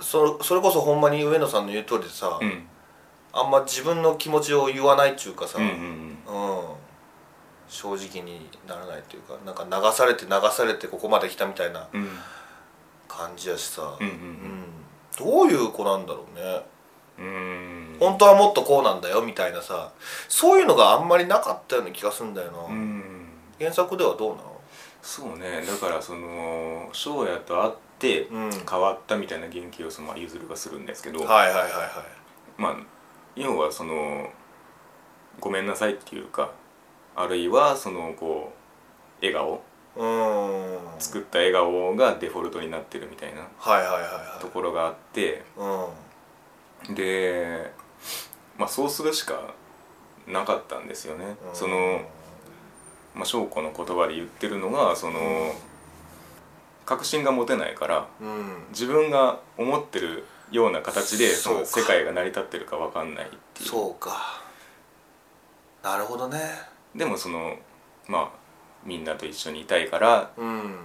[SPEAKER 2] そそれこそほんまに上野さんの言う通りでさ、
[SPEAKER 1] うん
[SPEAKER 2] あんま自分の気持ちを言わないっていうかさ、
[SPEAKER 1] うんうん
[SPEAKER 2] うん正直にならないっていうかなんか流されて流されてここまで来たみたいな
[SPEAKER 1] うん
[SPEAKER 2] 感じやしさ、
[SPEAKER 1] うんうん
[SPEAKER 2] どういう子なんだろうね
[SPEAKER 1] うんうん
[SPEAKER 2] 本当はもっとこうなんだよみたいなさそういうのがあんまりなかったような気がするんだよな、
[SPEAKER 1] うん
[SPEAKER 2] 原作ではどうなの
[SPEAKER 1] そうねだからその翔也と会って
[SPEAKER 2] うん
[SPEAKER 1] 変わったみたいな言及をそのゆずるがするんですけど、
[SPEAKER 2] はいはいはいは
[SPEAKER 1] まあ要はそのごめんなさいっていうかあるいはそのこう笑顔
[SPEAKER 2] いうーん
[SPEAKER 1] 作った笑顔がデフォルトになってるみたいな
[SPEAKER 2] はいはいはい
[SPEAKER 1] と
[SPEAKER 2] は
[SPEAKER 1] ころがあって
[SPEAKER 2] いうん
[SPEAKER 1] でまあそうするしかなかったんですよね、その、まあ、翔子の言葉で言ってるのがその、確信が持てないから
[SPEAKER 2] うん、
[SPEAKER 1] 自分が思ってるような形でその
[SPEAKER 2] そ
[SPEAKER 1] 世
[SPEAKER 2] うか
[SPEAKER 1] 界が成り立ってるか分かんないっていう
[SPEAKER 2] そうかなるほどね
[SPEAKER 1] でもそのまあみんなと一緒にいたいから
[SPEAKER 2] うん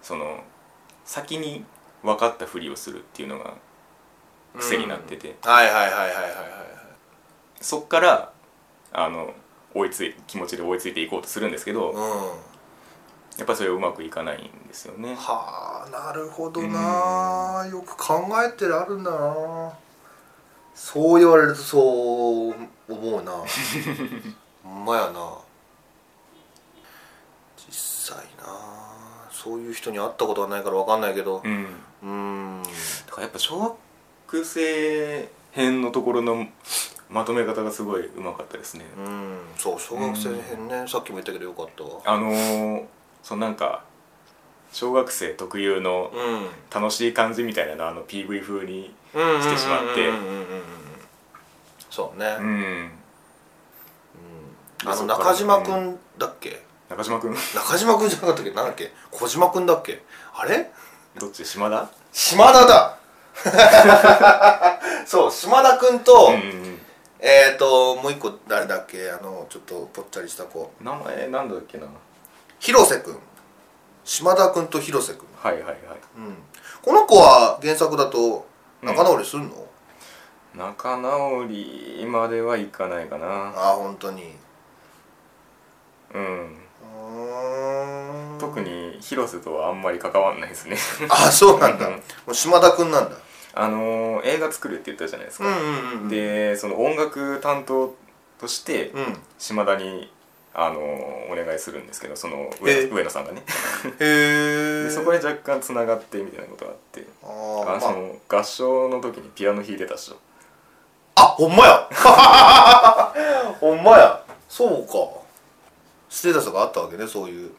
[SPEAKER 1] その先に分かったふりをするっていうのが癖になってて、
[SPEAKER 2] はいはいはいはいはいはい
[SPEAKER 1] そっからあの追いつい気持ちで追いついていこうとするんですけど、
[SPEAKER 2] う
[SPEAKER 1] や
[SPEAKER 2] ん
[SPEAKER 1] っぱそれうまくいかないんですよね。
[SPEAKER 2] はあなるほどなよく考えてあるんだなそう言われるとそう思うなほんまやな実際なそういう人に会ったことはないから分かんないけど
[SPEAKER 1] うん、
[SPEAKER 2] うん
[SPEAKER 1] だからやっぱ小学生編のところのまとめ方がすごいうまかったですね。
[SPEAKER 2] うんそう小学生編ねさっきも言ったけどよかったわ
[SPEAKER 1] あのー、そのなんか小学生特有の
[SPEAKER 2] うん
[SPEAKER 1] 楽しい感じみたいなのあの PV 風に
[SPEAKER 2] して
[SPEAKER 1] しまって
[SPEAKER 2] そうね、
[SPEAKER 1] うん
[SPEAKER 2] あの中島くんだっけ
[SPEAKER 1] 中島君
[SPEAKER 2] 中島くんじゃなかったっけなんだっけ小島くんだっけあれ
[SPEAKER 1] どっち島田
[SPEAKER 2] 島田だ そう島田くんと、
[SPEAKER 1] うん
[SPEAKER 2] えっ、ー、ともう一個誰だっけあのちょっとぽっちゃりした子
[SPEAKER 1] 名前なんだっけな
[SPEAKER 2] 広瀬くん島田くんと広瀬くん、
[SPEAKER 1] はいはいはい
[SPEAKER 2] うん、この子は原作だと仲直りするの、
[SPEAKER 1] 仲直りまではいかないかな
[SPEAKER 2] ああ本当に
[SPEAKER 1] うん
[SPEAKER 2] うーん
[SPEAKER 1] 特に広瀬とはあんまり関わんないですね
[SPEAKER 2] あそうなんだ
[SPEAKER 1] うん
[SPEAKER 2] もう島田くんなんだ
[SPEAKER 1] あのー映画作るって言ったじゃないですか、
[SPEAKER 2] うんう
[SPEAKER 1] でその音楽担当として
[SPEAKER 2] うんへ
[SPEAKER 1] 島田にあのーお願いするんですけどその
[SPEAKER 2] え
[SPEAKER 1] 上野上野さんがね
[SPEAKER 2] え
[SPEAKER 1] でそこで若干つながってみたいなことがあって
[SPEAKER 2] あ
[SPEAKER 1] あ
[SPEAKER 2] ー、ま
[SPEAKER 1] その合唱の時にピアノ弾いてたっしょ
[SPEAKER 2] あ、あほんまや ほんまやそうかステータスがあったわけねそういう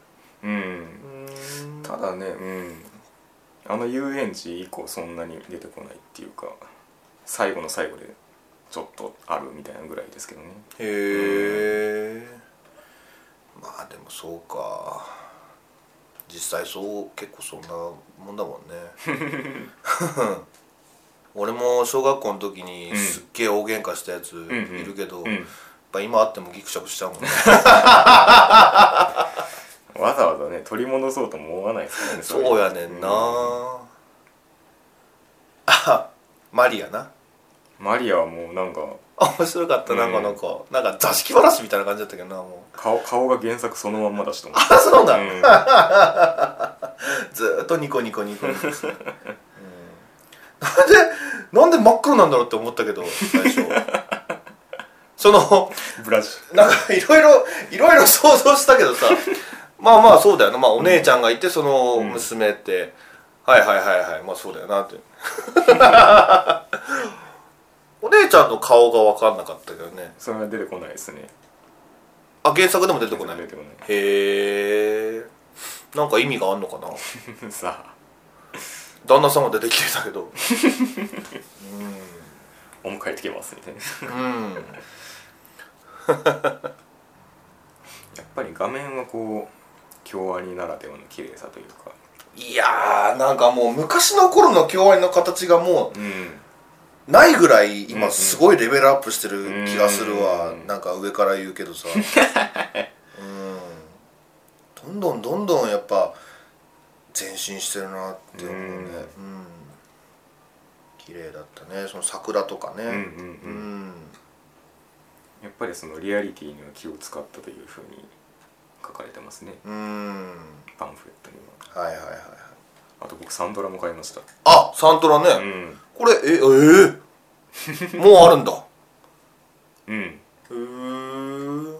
[SPEAKER 1] うんただねうんあの遊園地以降そんなに出てこないっていうか最後の最後でちょっとあるみたいなぐらいですけどね
[SPEAKER 2] へえまあでもそうか実際そう結構そんなもんだもんね 俺も小学校の時にすっげえ大喧嘩したやついるけ
[SPEAKER 1] う
[SPEAKER 2] ど、
[SPEAKER 1] ん
[SPEAKER 2] やっぱ今あってもギクシャクしちゃうもん ね
[SPEAKER 1] わざわざね取り戻そうとも思わないですからねれ
[SPEAKER 2] そうやねんな、あマリアな
[SPEAKER 1] マリアはもうなんか
[SPEAKER 2] あ面白かったなんか
[SPEAKER 1] うん
[SPEAKER 2] なんか、なんか座敷わらしみたいな感じだったけどなもう
[SPEAKER 1] 顔顔が原作そのまんまだしと思う
[SPEAKER 2] あそう だ、
[SPEAKER 1] うん
[SPEAKER 2] ずーっとニコニコ ニコニコして、うん、なんでなんで真っ黒なんだろうって思ったけど最初 その
[SPEAKER 1] ブラジ
[SPEAKER 2] なんかいろいろいろいろ想像したけどさ まあまあそうだよな、まあ、お姉ちゃんがいてその
[SPEAKER 1] ん
[SPEAKER 2] 娘って、はいはいはいはいまあそうだよな ってお姉ちゃんの顔が分かんなかったけどね
[SPEAKER 1] それは出てこないですね
[SPEAKER 2] あ原作でも出てこない
[SPEAKER 1] 出
[SPEAKER 2] へ
[SPEAKER 1] てこな
[SPEAKER 2] えんか意味があんのかない
[SPEAKER 1] さ
[SPEAKER 2] 旦那さんは出てきてたけ
[SPEAKER 1] あ
[SPEAKER 2] ど
[SPEAKER 1] お迎えてきますみたいな
[SPEAKER 2] うんうん
[SPEAKER 1] やっぱり画面はこう京アニならではの綺麗さというか
[SPEAKER 2] いやーなんかもう昔の頃の京アニの形がも
[SPEAKER 1] うん
[SPEAKER 2] うないぐらい
[SPEAKER 1] うんう
[SPEAKER 2] 今
[SPEAKER 1] ん
[SPEAKER 2] すごいレベルアップしてる気がするわ、
[SPEAKER 1] うん
[SPEAKER 2] なんか上から言うけどさうんどんどんどんどんやっぱ前進してるなって思うね
[SPEAKER 1] うん
[SPEAKER 2] うん綺麗だったねその桜とか
[SPEAKER 1] うんうんう
[SPEAKER 2] ねうんん
[SPEAKER 1] やっぱりそのリアリティには気を使ったというふうに書かれてますね
[SPEAKER 2] うん
[SPEAKER 1] パンフレットには
[SPEAKER 2] はいはいはいはい
[SPEAKER 1] あと僕サンドラも買いました
[SPEAKER 2] あサントラね、
[SPEAKER 1] うん
[SPEAKER 2] これええーもうあるんだ
[SPEAKER 1] うん
[SPEAKER 2] へー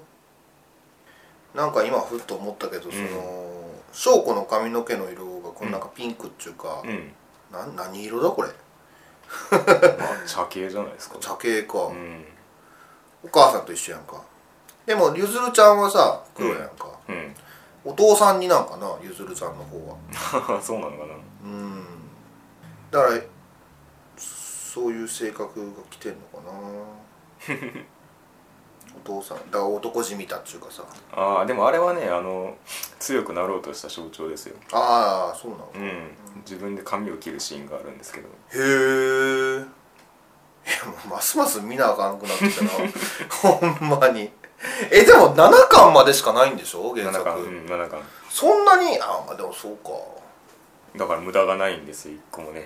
[SPEAKER 2] なんか今ふっと思ったけど、その翔子の髪の毛の色がこのなんかピンクっていうか、
[SPEAKER 1] うん
[SPEAKER 2] なん、何色だこれ
[SPEAKER 1] まあ茶系じゃないですか
[SPEAKER 2] 茶系か、
[SPEAKER 1] うん
[SPEAKER 2] お母さんと一緒やんかでもゆずるちゃんはさ黒やんか、
[SPEAKER 1] うん
[SPEAKER 2] お父さんになんかなゆずるちゃんの方は
[SPEAKER 1] そうなのかな
[SPEAKER 2] うんだからそういう性格が来てんのかな お父さんだから男じみたっていうかさ
[SPEAKER 1] ああでもあれはねあの強くなろうとした象徴ですよ、
[SPEAKER 2] ああそうなの
[SPEAKER 1] うん自分で髪を切るシーンがあるんですけど
[SPEAKER 2] へえいやもうますます見なあかんくなってきたな ほんまにえでも7巻までしかないんでしょ原
[SPEAKER 1] 7
[SPEAKER 2] 作、
[SPEAKER 1] 巻うん7巻
[SPEAKER 2] そんなにあでもそうか
[SPEAKER 1] だから無駄がないんですよ一個もね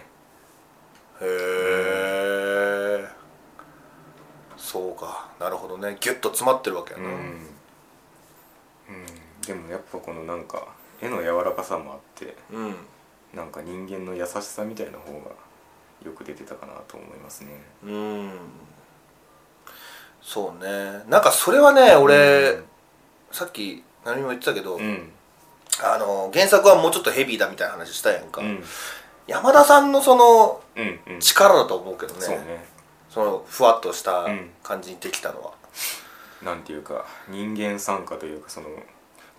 [SPEAKER 2] へえそうかなるほどねギュッと詰まってるわけや
[SPEAKER 1] うん、
[SPEAKER 2] な、
[SPEAKER 1] うん、でもやっぱこのなんか絵の柔らかさもあって
[SPEAKER 2] うん
[SPEAKER 1] なんか人間の優しさみたいな方がよく出てたかなと思いますね
[SPEAKER 2] うんそうねなんかそれはね俺、さっき何も言ってたけど、
[SPEAKER 1] うん
[SPEAKER 2] あの原作はもうちょっとヘビーだみたいな話したやんか、
[SPEAKER 1] うん
[SPEAKER 2] 山田さんのその
[SPEAKER 1] うんうん
[SPEAKER 2] 力だと思うけどね
[SPEAKER 1] そうね
[SPEAKER 2] そのふわっとした感じにできたのは、
[SPEAKER 1] なんていうか人間参加というかその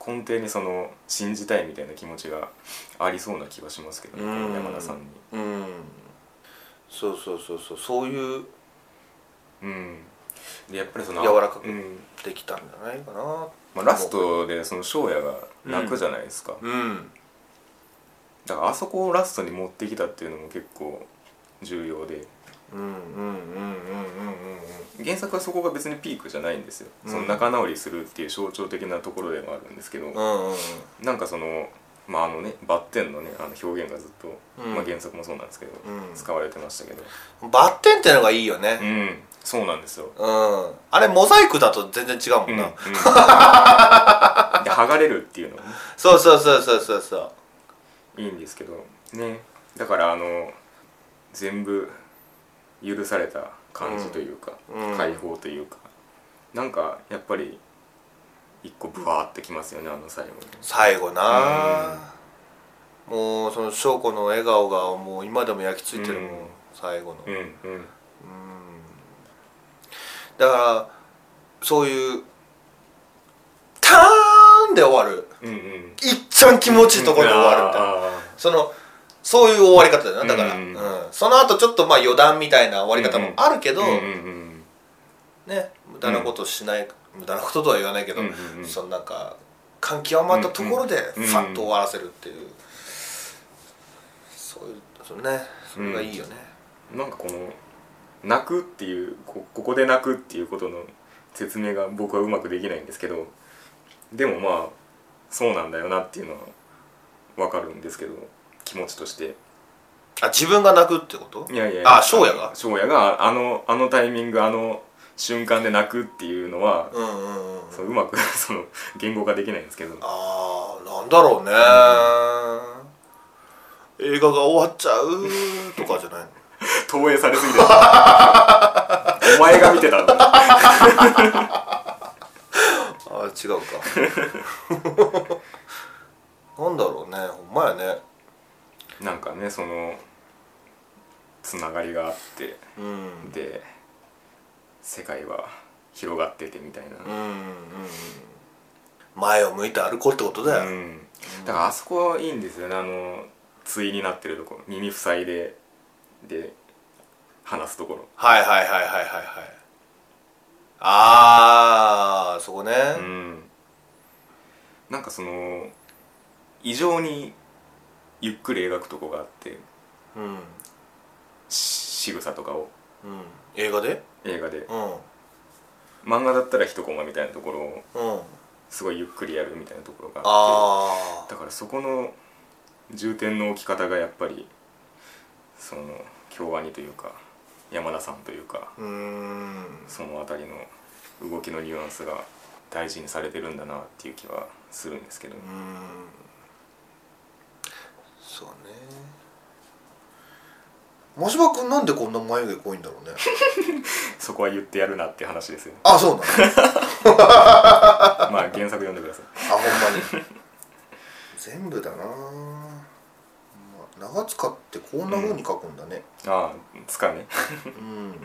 [SPEAKER 1] 根底にその信じたいみたいな気持ちがありそうな気がしますけどねこ
[SPEAKER 2] うん
[SPEAKER 1] の山田さんに
[SPEAKER 2] うんそうそうそうそうそういう
[SPEAKER 1] うんでやっぱりその
[SPEAKER 2] 柔らかく
[SPEAKER 1] うん
[SPEAKER 2] できたんじゃないかな、
[SPEAKER 1] まあ、ラストでその翔也が泣くじゃないですか、
[SPEAKER 2] うん
[SPEAKER 1] だからあそこをラストに持ってきたっていうのも結構重要で
[SPEAKER 2] うんうんうんうんうんうん
[SPEAKER 1] 原作はそこが別にピークじゃないんですよ、
[SPEAKER 2] うん
[SPEAKER 1] その仲直りするっていう象徴的なところでもあるんですけど、
[SPEAKER 2] うんうん
[SPEAKER 1] なんかそのまああのねバッテンのねあの表現がずっと、
[SPEAKER 2] うん
[SPEAKER 1] まあ、原作もそうなんですけど、
[SPEAKER 2] うん
[SPEAKER 1] 使われてましたけど
[SPEAKER 2] うんバッテンってのがいいよ
[SPEAKER 1] う
[SPEAKER 2] ね
[SPEAKER 1] んそうなんですよ、
[SPEAKER 2] うん、あれモザイクだと全然違うも
[SPEAKER 1] うんん
[SPEAKER 2] な、
[SPEAKER 1] うんで剥がれるっていうのもね
[SPEAKER 2] そうそうそうそうそうそう
[SPEAKER 1] いいんですけどねだからあの全部許された感じというか、
[SPEAKER 2] うんうん
[SPEAKER 1] 解放というかなんかやっぱり一個ブワーってきますよねあの最後に
[SPEAKER 2] 最後な、もうその翔子の笑顔がもう今でも焼き付いてるもん、
[SPEAKER 1] うん
[SPEAKER 2] 最後の、
[SPEAKER 1] うんうん
[SPEAKER 2] だからそういう「ターン!」で終わる
[SPEAKER 1] うんうん
[SPEAKER 2] いっちゃん気持ちいいところで終わるみたいな
[SPEAKER 1] あ
[SPEAKER 2] そのそういう終わり方だよなだから、
[SPEAKER 1] う
[SPEAKER 2] うんんその後ちょっとまあ余談みたいな終わり方もあるけ
[SPEAKER 1] ー
[SPEAKER 2] ど、
[SPEAKER 1] うんうん
[SPEAKER 2] ね無駄なことしない、無駄なこととは言わないけど、
[SPEAKER 1] うんうんうん
[SPEAKER 2] そのなんか感極まったところで
[SPEAKER 1] うんうん
[SPEAKER 2] ファッと終わらせるっていう、そういうそれねそれがいいよね、
[SPEAKER 1] なんかこの泣くっていうこここで泣くっていうことの説明が僕はうまくできないんですけどでもまあそうなんだよなっていうのは分かるんですけど気持ちとして
[SPEAKER 2] あ自分が泣くってこと
[SPEAKER 1] いやいや
[SPEAKER 2] あ翔也が
[SPEAKER 1] 翔也があのあのタイミングあの瞬間で泣くっていうのは、
[SPEAKER 2] うんうんうん
[SPEAKER 1] そううまく その言語化できないんですけど
[SPEAKER 2] あーなんだろうね、映画が終わっちゃうとかじゃないの
[SPEAKER 1] 投影されすぎてるお前が見てたんだ
[SPEAKER 2] あー違うかなんだろうねほんまやね
[SPEAKER 1] なんかねそのつながりがあって
[SPEAKER 2] うん
[SPEAKER 1] で世界は広がっててみたいな、
[SPEAKER 2] うんうんうん前を向いて歩こうってことだよ、
[SPEAKER 1] うんだからあそこはいいんですよねあの対になってるところ耳塞いでで話すところ
[SPEAKER 2] はいはいはいはいはいはいあーそこね、
[SPEAKER 1] うんなんかその異常にゆっくり描くとこがあって
[SPEAKER 2] うんうん
[SPEAKER 1] し仕草とかを
[SPEAKER 2] 映画で
[SPEAKER 1] 映画で
[SPEAKER 2] うん
[SPEAKER 1] 漫画だったら一コマみたいなところを
[SPEAKER 2] うん
[SPEAKER 1] すごいゆっくりやるみたいなところがあっ
[SPEAKER 2] あ
[SPEAKER 1] てだからそこの重点の置き方がやっぱりその京アニというか山田さんというか
[SPEAKER 2] ーうーん
[SPEAKER 1] その辺りの動きのニュアンスが大事にされてるんだなっていう気はするんですけど、
[SPEAKER 2] うーんそうね真島君なんでこんな眉毛濃いんだろうね
[SPEAKER 1] そこは言ってやるなって話ですよ
[SPEAKER 2] あそうなの
[SPEAKER 1] まあ原作読んでください
[SPEAKER 2] あほんまに全部だな、まあ、長塚ってこんな風に書くんだね
[SPEAKER 1] ああつか ね
[SPEAKER 2] うん、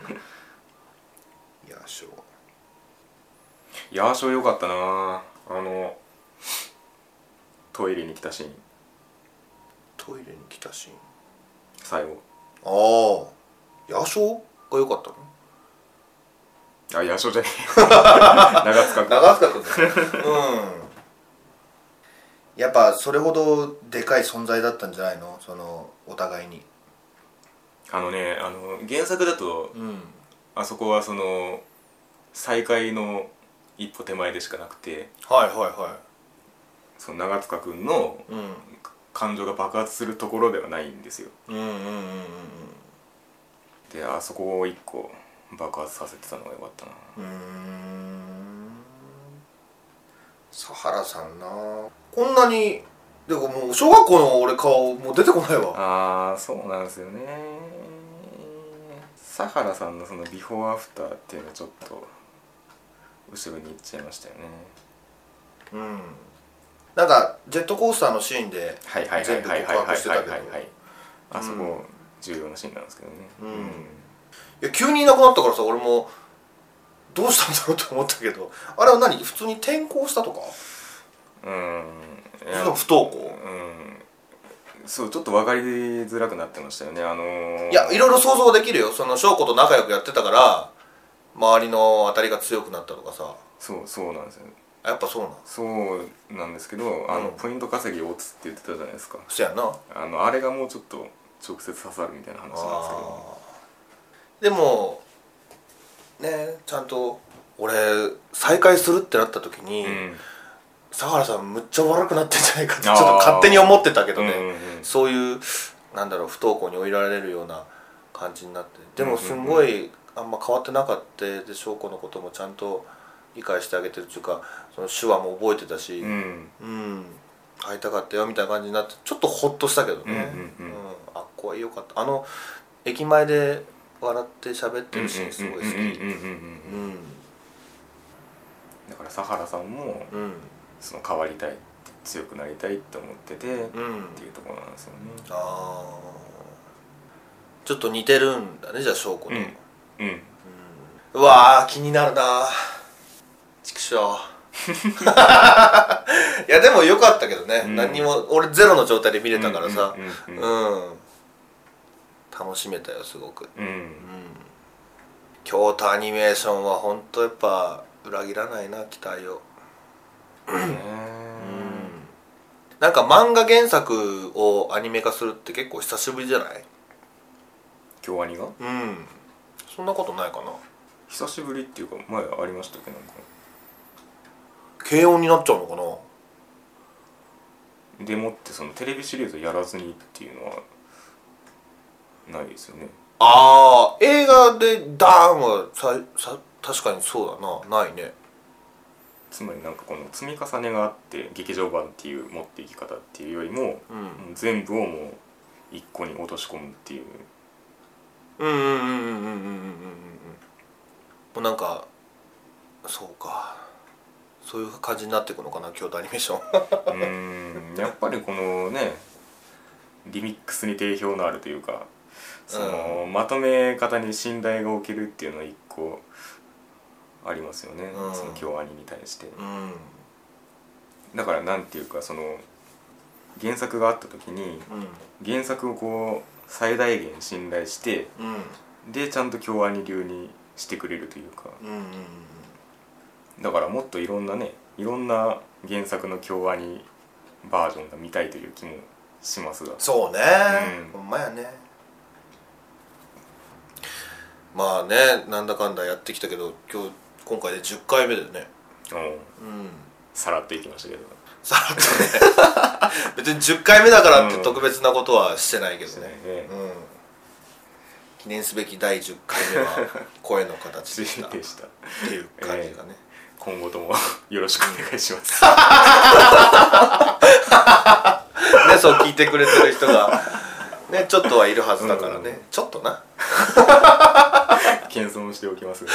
[SPEAKER 2] いやしょ
[SPEAKER 1] いやーしょうよかったなあのトイレに来たシーン
[SPEAKER 2] トイレに来たシーン
[SPEAKER 1] 最後
[SPEAKER 2] ああ夜鐘が良かったの
[SPEAKER 1] あいやしょうじゃねえ 長塚君
[SPEAKER 2] 塚君うんやっぱそれほどでかい存在だったんじゃないのそのお互いに
[SPEAKER 1] あのねあの原作だと
[SPEAKER 2] うん
[SPEAKER 1] あそこはその再会の一歩手前でしかなくて
[SPEAKER 2] はいはいは
[SPEAKER 1] その長塚君の
[SPEAKER 2] い、うん、
[SPEAKER 1] 感情が爆発するところではないんですよ
[SPEAKER 2] うんうんうんうん
[SPEAKER 1] であそこを一個爆発させてたのが良かったな
[SPEAKER 2] うんうん佐原さんなこんなにでももう小学校の俺顔もう出てこないわ
[SPEAKER 1] ああそうなんですよねサハラさんのそのビフォーアフターっていうのはちょっと後ろに行っちゃいましたよね
[SPEAKER 2] うんなんかジェットコースターのシーンで
[SPEAKER 1] はいはいはいはいはいはいはいはいはいあそ
[SPEAKER 2] うん
[SPEAKER 1] こ重要なシーンなんですけどね
[SPEAKER 2] うんいや急にいなくなったからさ俺もどうしたんだろうと思ったけどあれは何普通に転校したとか
[SPEAKER 1] うん、うん、い
[SPEAKER 2] それ
[SPEAKER 1] や
[SPEAKER 2] とも不登校
[SPEAKER 1] うんそうちょっと分かりづらくなってましたよねあのー、
[SPEAKER 2] いやいろいろ想像できるよその翔子と仲良くやってたから周りの当たりが強くなったとかさ
[SPEAKER 1] そうそうなんですよ
[SPEAKER 2] やっぱそうなん
[SPEAKER 1] そうなんですけどあの、
[SPEAKER 2] うん
[SPEAKER 1] ポイント稼ぎを打つって言ってたじゃないですか
[SPEAKER 2] そやな
[SPEAKER 1] あのあれがもうちょっと直接刺さるみたいな話なんですけど
[SPEAKER 2] あーでもねちゃんと俺再会するってなった時に、
[SPEAKER 1] うん
[SPEAKER 2] 相原さんむっちゃ悪くなってんじゃないかってちょ
[SPEAKER 1] あ
[SPEAKER 2] っ
[SPEAKER 1] ー
[SPEAKER 2] と勝手に思ってたけどね、
[SPEAKER 1] うんうんうん
[SPEAKER 2] そういうなんだろう不登校に追いられるような感じになってでもすんごいあんま変わってなかったで翔子のこともちゃんと理解してあげてるっていうかその手話も覚えてたし、
[SPEAKER 1] う
[SPEAKER 2] うん
[SPEAKER 1] ん
[SPEAKER 2] 会いたかったよみたいな感じになってちょっとホッとしたけどね、
[SPEAKER 1] うんうんうん
[SPEAKER 2] あっこは良かったあの駅前で笑って喋ってるシーンすごい好き
[SPEAKER 1] うんうんうんうん
[SPEAKER 2] う
[SPEAKER 1] うん
[SPEAKER 2] ん
[SPEAKER 1] だからサハラさんも
[SPEAKER 2] うん
[SPEAKER 1] その変わりたい強くなりたいって思ってて、っ
[SPEAKER 2] うん
[SPEAKER 1] ていうところなんですよね
[SPEAKER 2] あーちょっと似てるんだねじゃあ翔子と、
[SPEAKER 1] うんうん
[SPEAKER 2] うわー気になるな 畜生いやでも良かったけどね、
[SPEAKER 1] うん
[SPEAKER 2] 何にも俺ゼロの状態で見れたからさ
[SPEAKER 1] う
[SPEAKER 2] うんん
[SPEAKER 1] うんうん
[SPEAKER 2] 楽しめたよすごく
[SPEAKER 1] うん
[SPEAKER 2] うん京都アニメーションは本当やっぱ裏切らないな期待を
[SPEAKER 1] うんね
[SPEAKER 2] うんなんか漫画原作をアニメ化するって結構久しぶりじゃない
[SPEAKER 1] 京アニが
[SPEAKER 2] うんそんなことないかな
[SPEAKER 1] 久しぶりっていうか前ありましたっけなんか
[SPEAKER 2] 軽音になっちゃうのかな
[SPEAKER 1] でもってそのテレビシリーズやらずにっていうのはないですよね
[SPEAKER 2] ああ映画でダーンはささ確かにそうだなないね
[SPEAKER 1] つまりなんかこの積み重ねがあって劇場版っていう持っていき方っていうよりも、
[SPEAKER 2] うん
[SPEAKER 1] もう全部をもう一個に落とし込むっていう
[SPEAKER 2] うんうんうんうんうんうんうんうんうんもうなんかそうかそういう感じになっていくのかな京都アニメーション
[SPEAKER 1] うーんやっぱりこのねリミックスに定評のあるというかその、まとめ方に信頼が置けるっていうのは一個ありますよね、
[SPEAKER 2] うん
[SPEAKER 1] その京アニに対して
[SPEAKER 2] うん
[SPEAKER 1] だからなんていうかその原作があった時に原作をこう最大限信頼して
[SPEAKER 2] うんうん
[SPEAKER 1] でちゃんと京アニ流にしてくれるというか
[SPEAKER 2] うんうんうん
[SPEAKER 1] だからもっといろんなねいろんな原作の京アニバージョンが見たいという気もしますが
[SPEAKER 2] そうね、
[SPEAKER 1] うん
[SPEAKER 2] ほんまやねまあねなんだかんだやってきたけど今日今回で10回目だよね
[SPEAKER 1] うん
[SPEAKER 2] うん
[SPEAKER 1] さらっといきましたけど
[SPEAKER 2] さらっとね 別に10回目だからって
[SPEAKER 1] うん
[SPEAKER 2] 特別なことはしてないけどね、
[SPEAKER 1] ね
[SPEAKER 2] うん、記念すべき第10回目は声の形
[SPEAKER 1] 失
[SPEAKER 2] でしたっ
[SPEAKER 1] 礼でした
[SPEAKER 2] ていう感じがね、
[SPEAKER 1] 今後ともよろしくお願いします
[SPEAKER 2] ねそう聞いてくれてる人がねちょっとはいるはずだからね、
[SPEAKER 1] うん
[SPEAKER 2] ちょっとな
[SPEAKER 1] 謙遜しておきますが、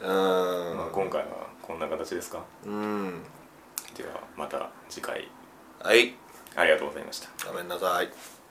[SPEAKER 2] うーん、
[SPEAKER 1] まあ、今回はこんな形ですか
[SPEAKER 2] うん
[SPEAKER 1] ではまた次回
[SPEAKER 2] はい
[SPEAKER 1] ありがとうございました
[SPEAKER 2] ごめんなさい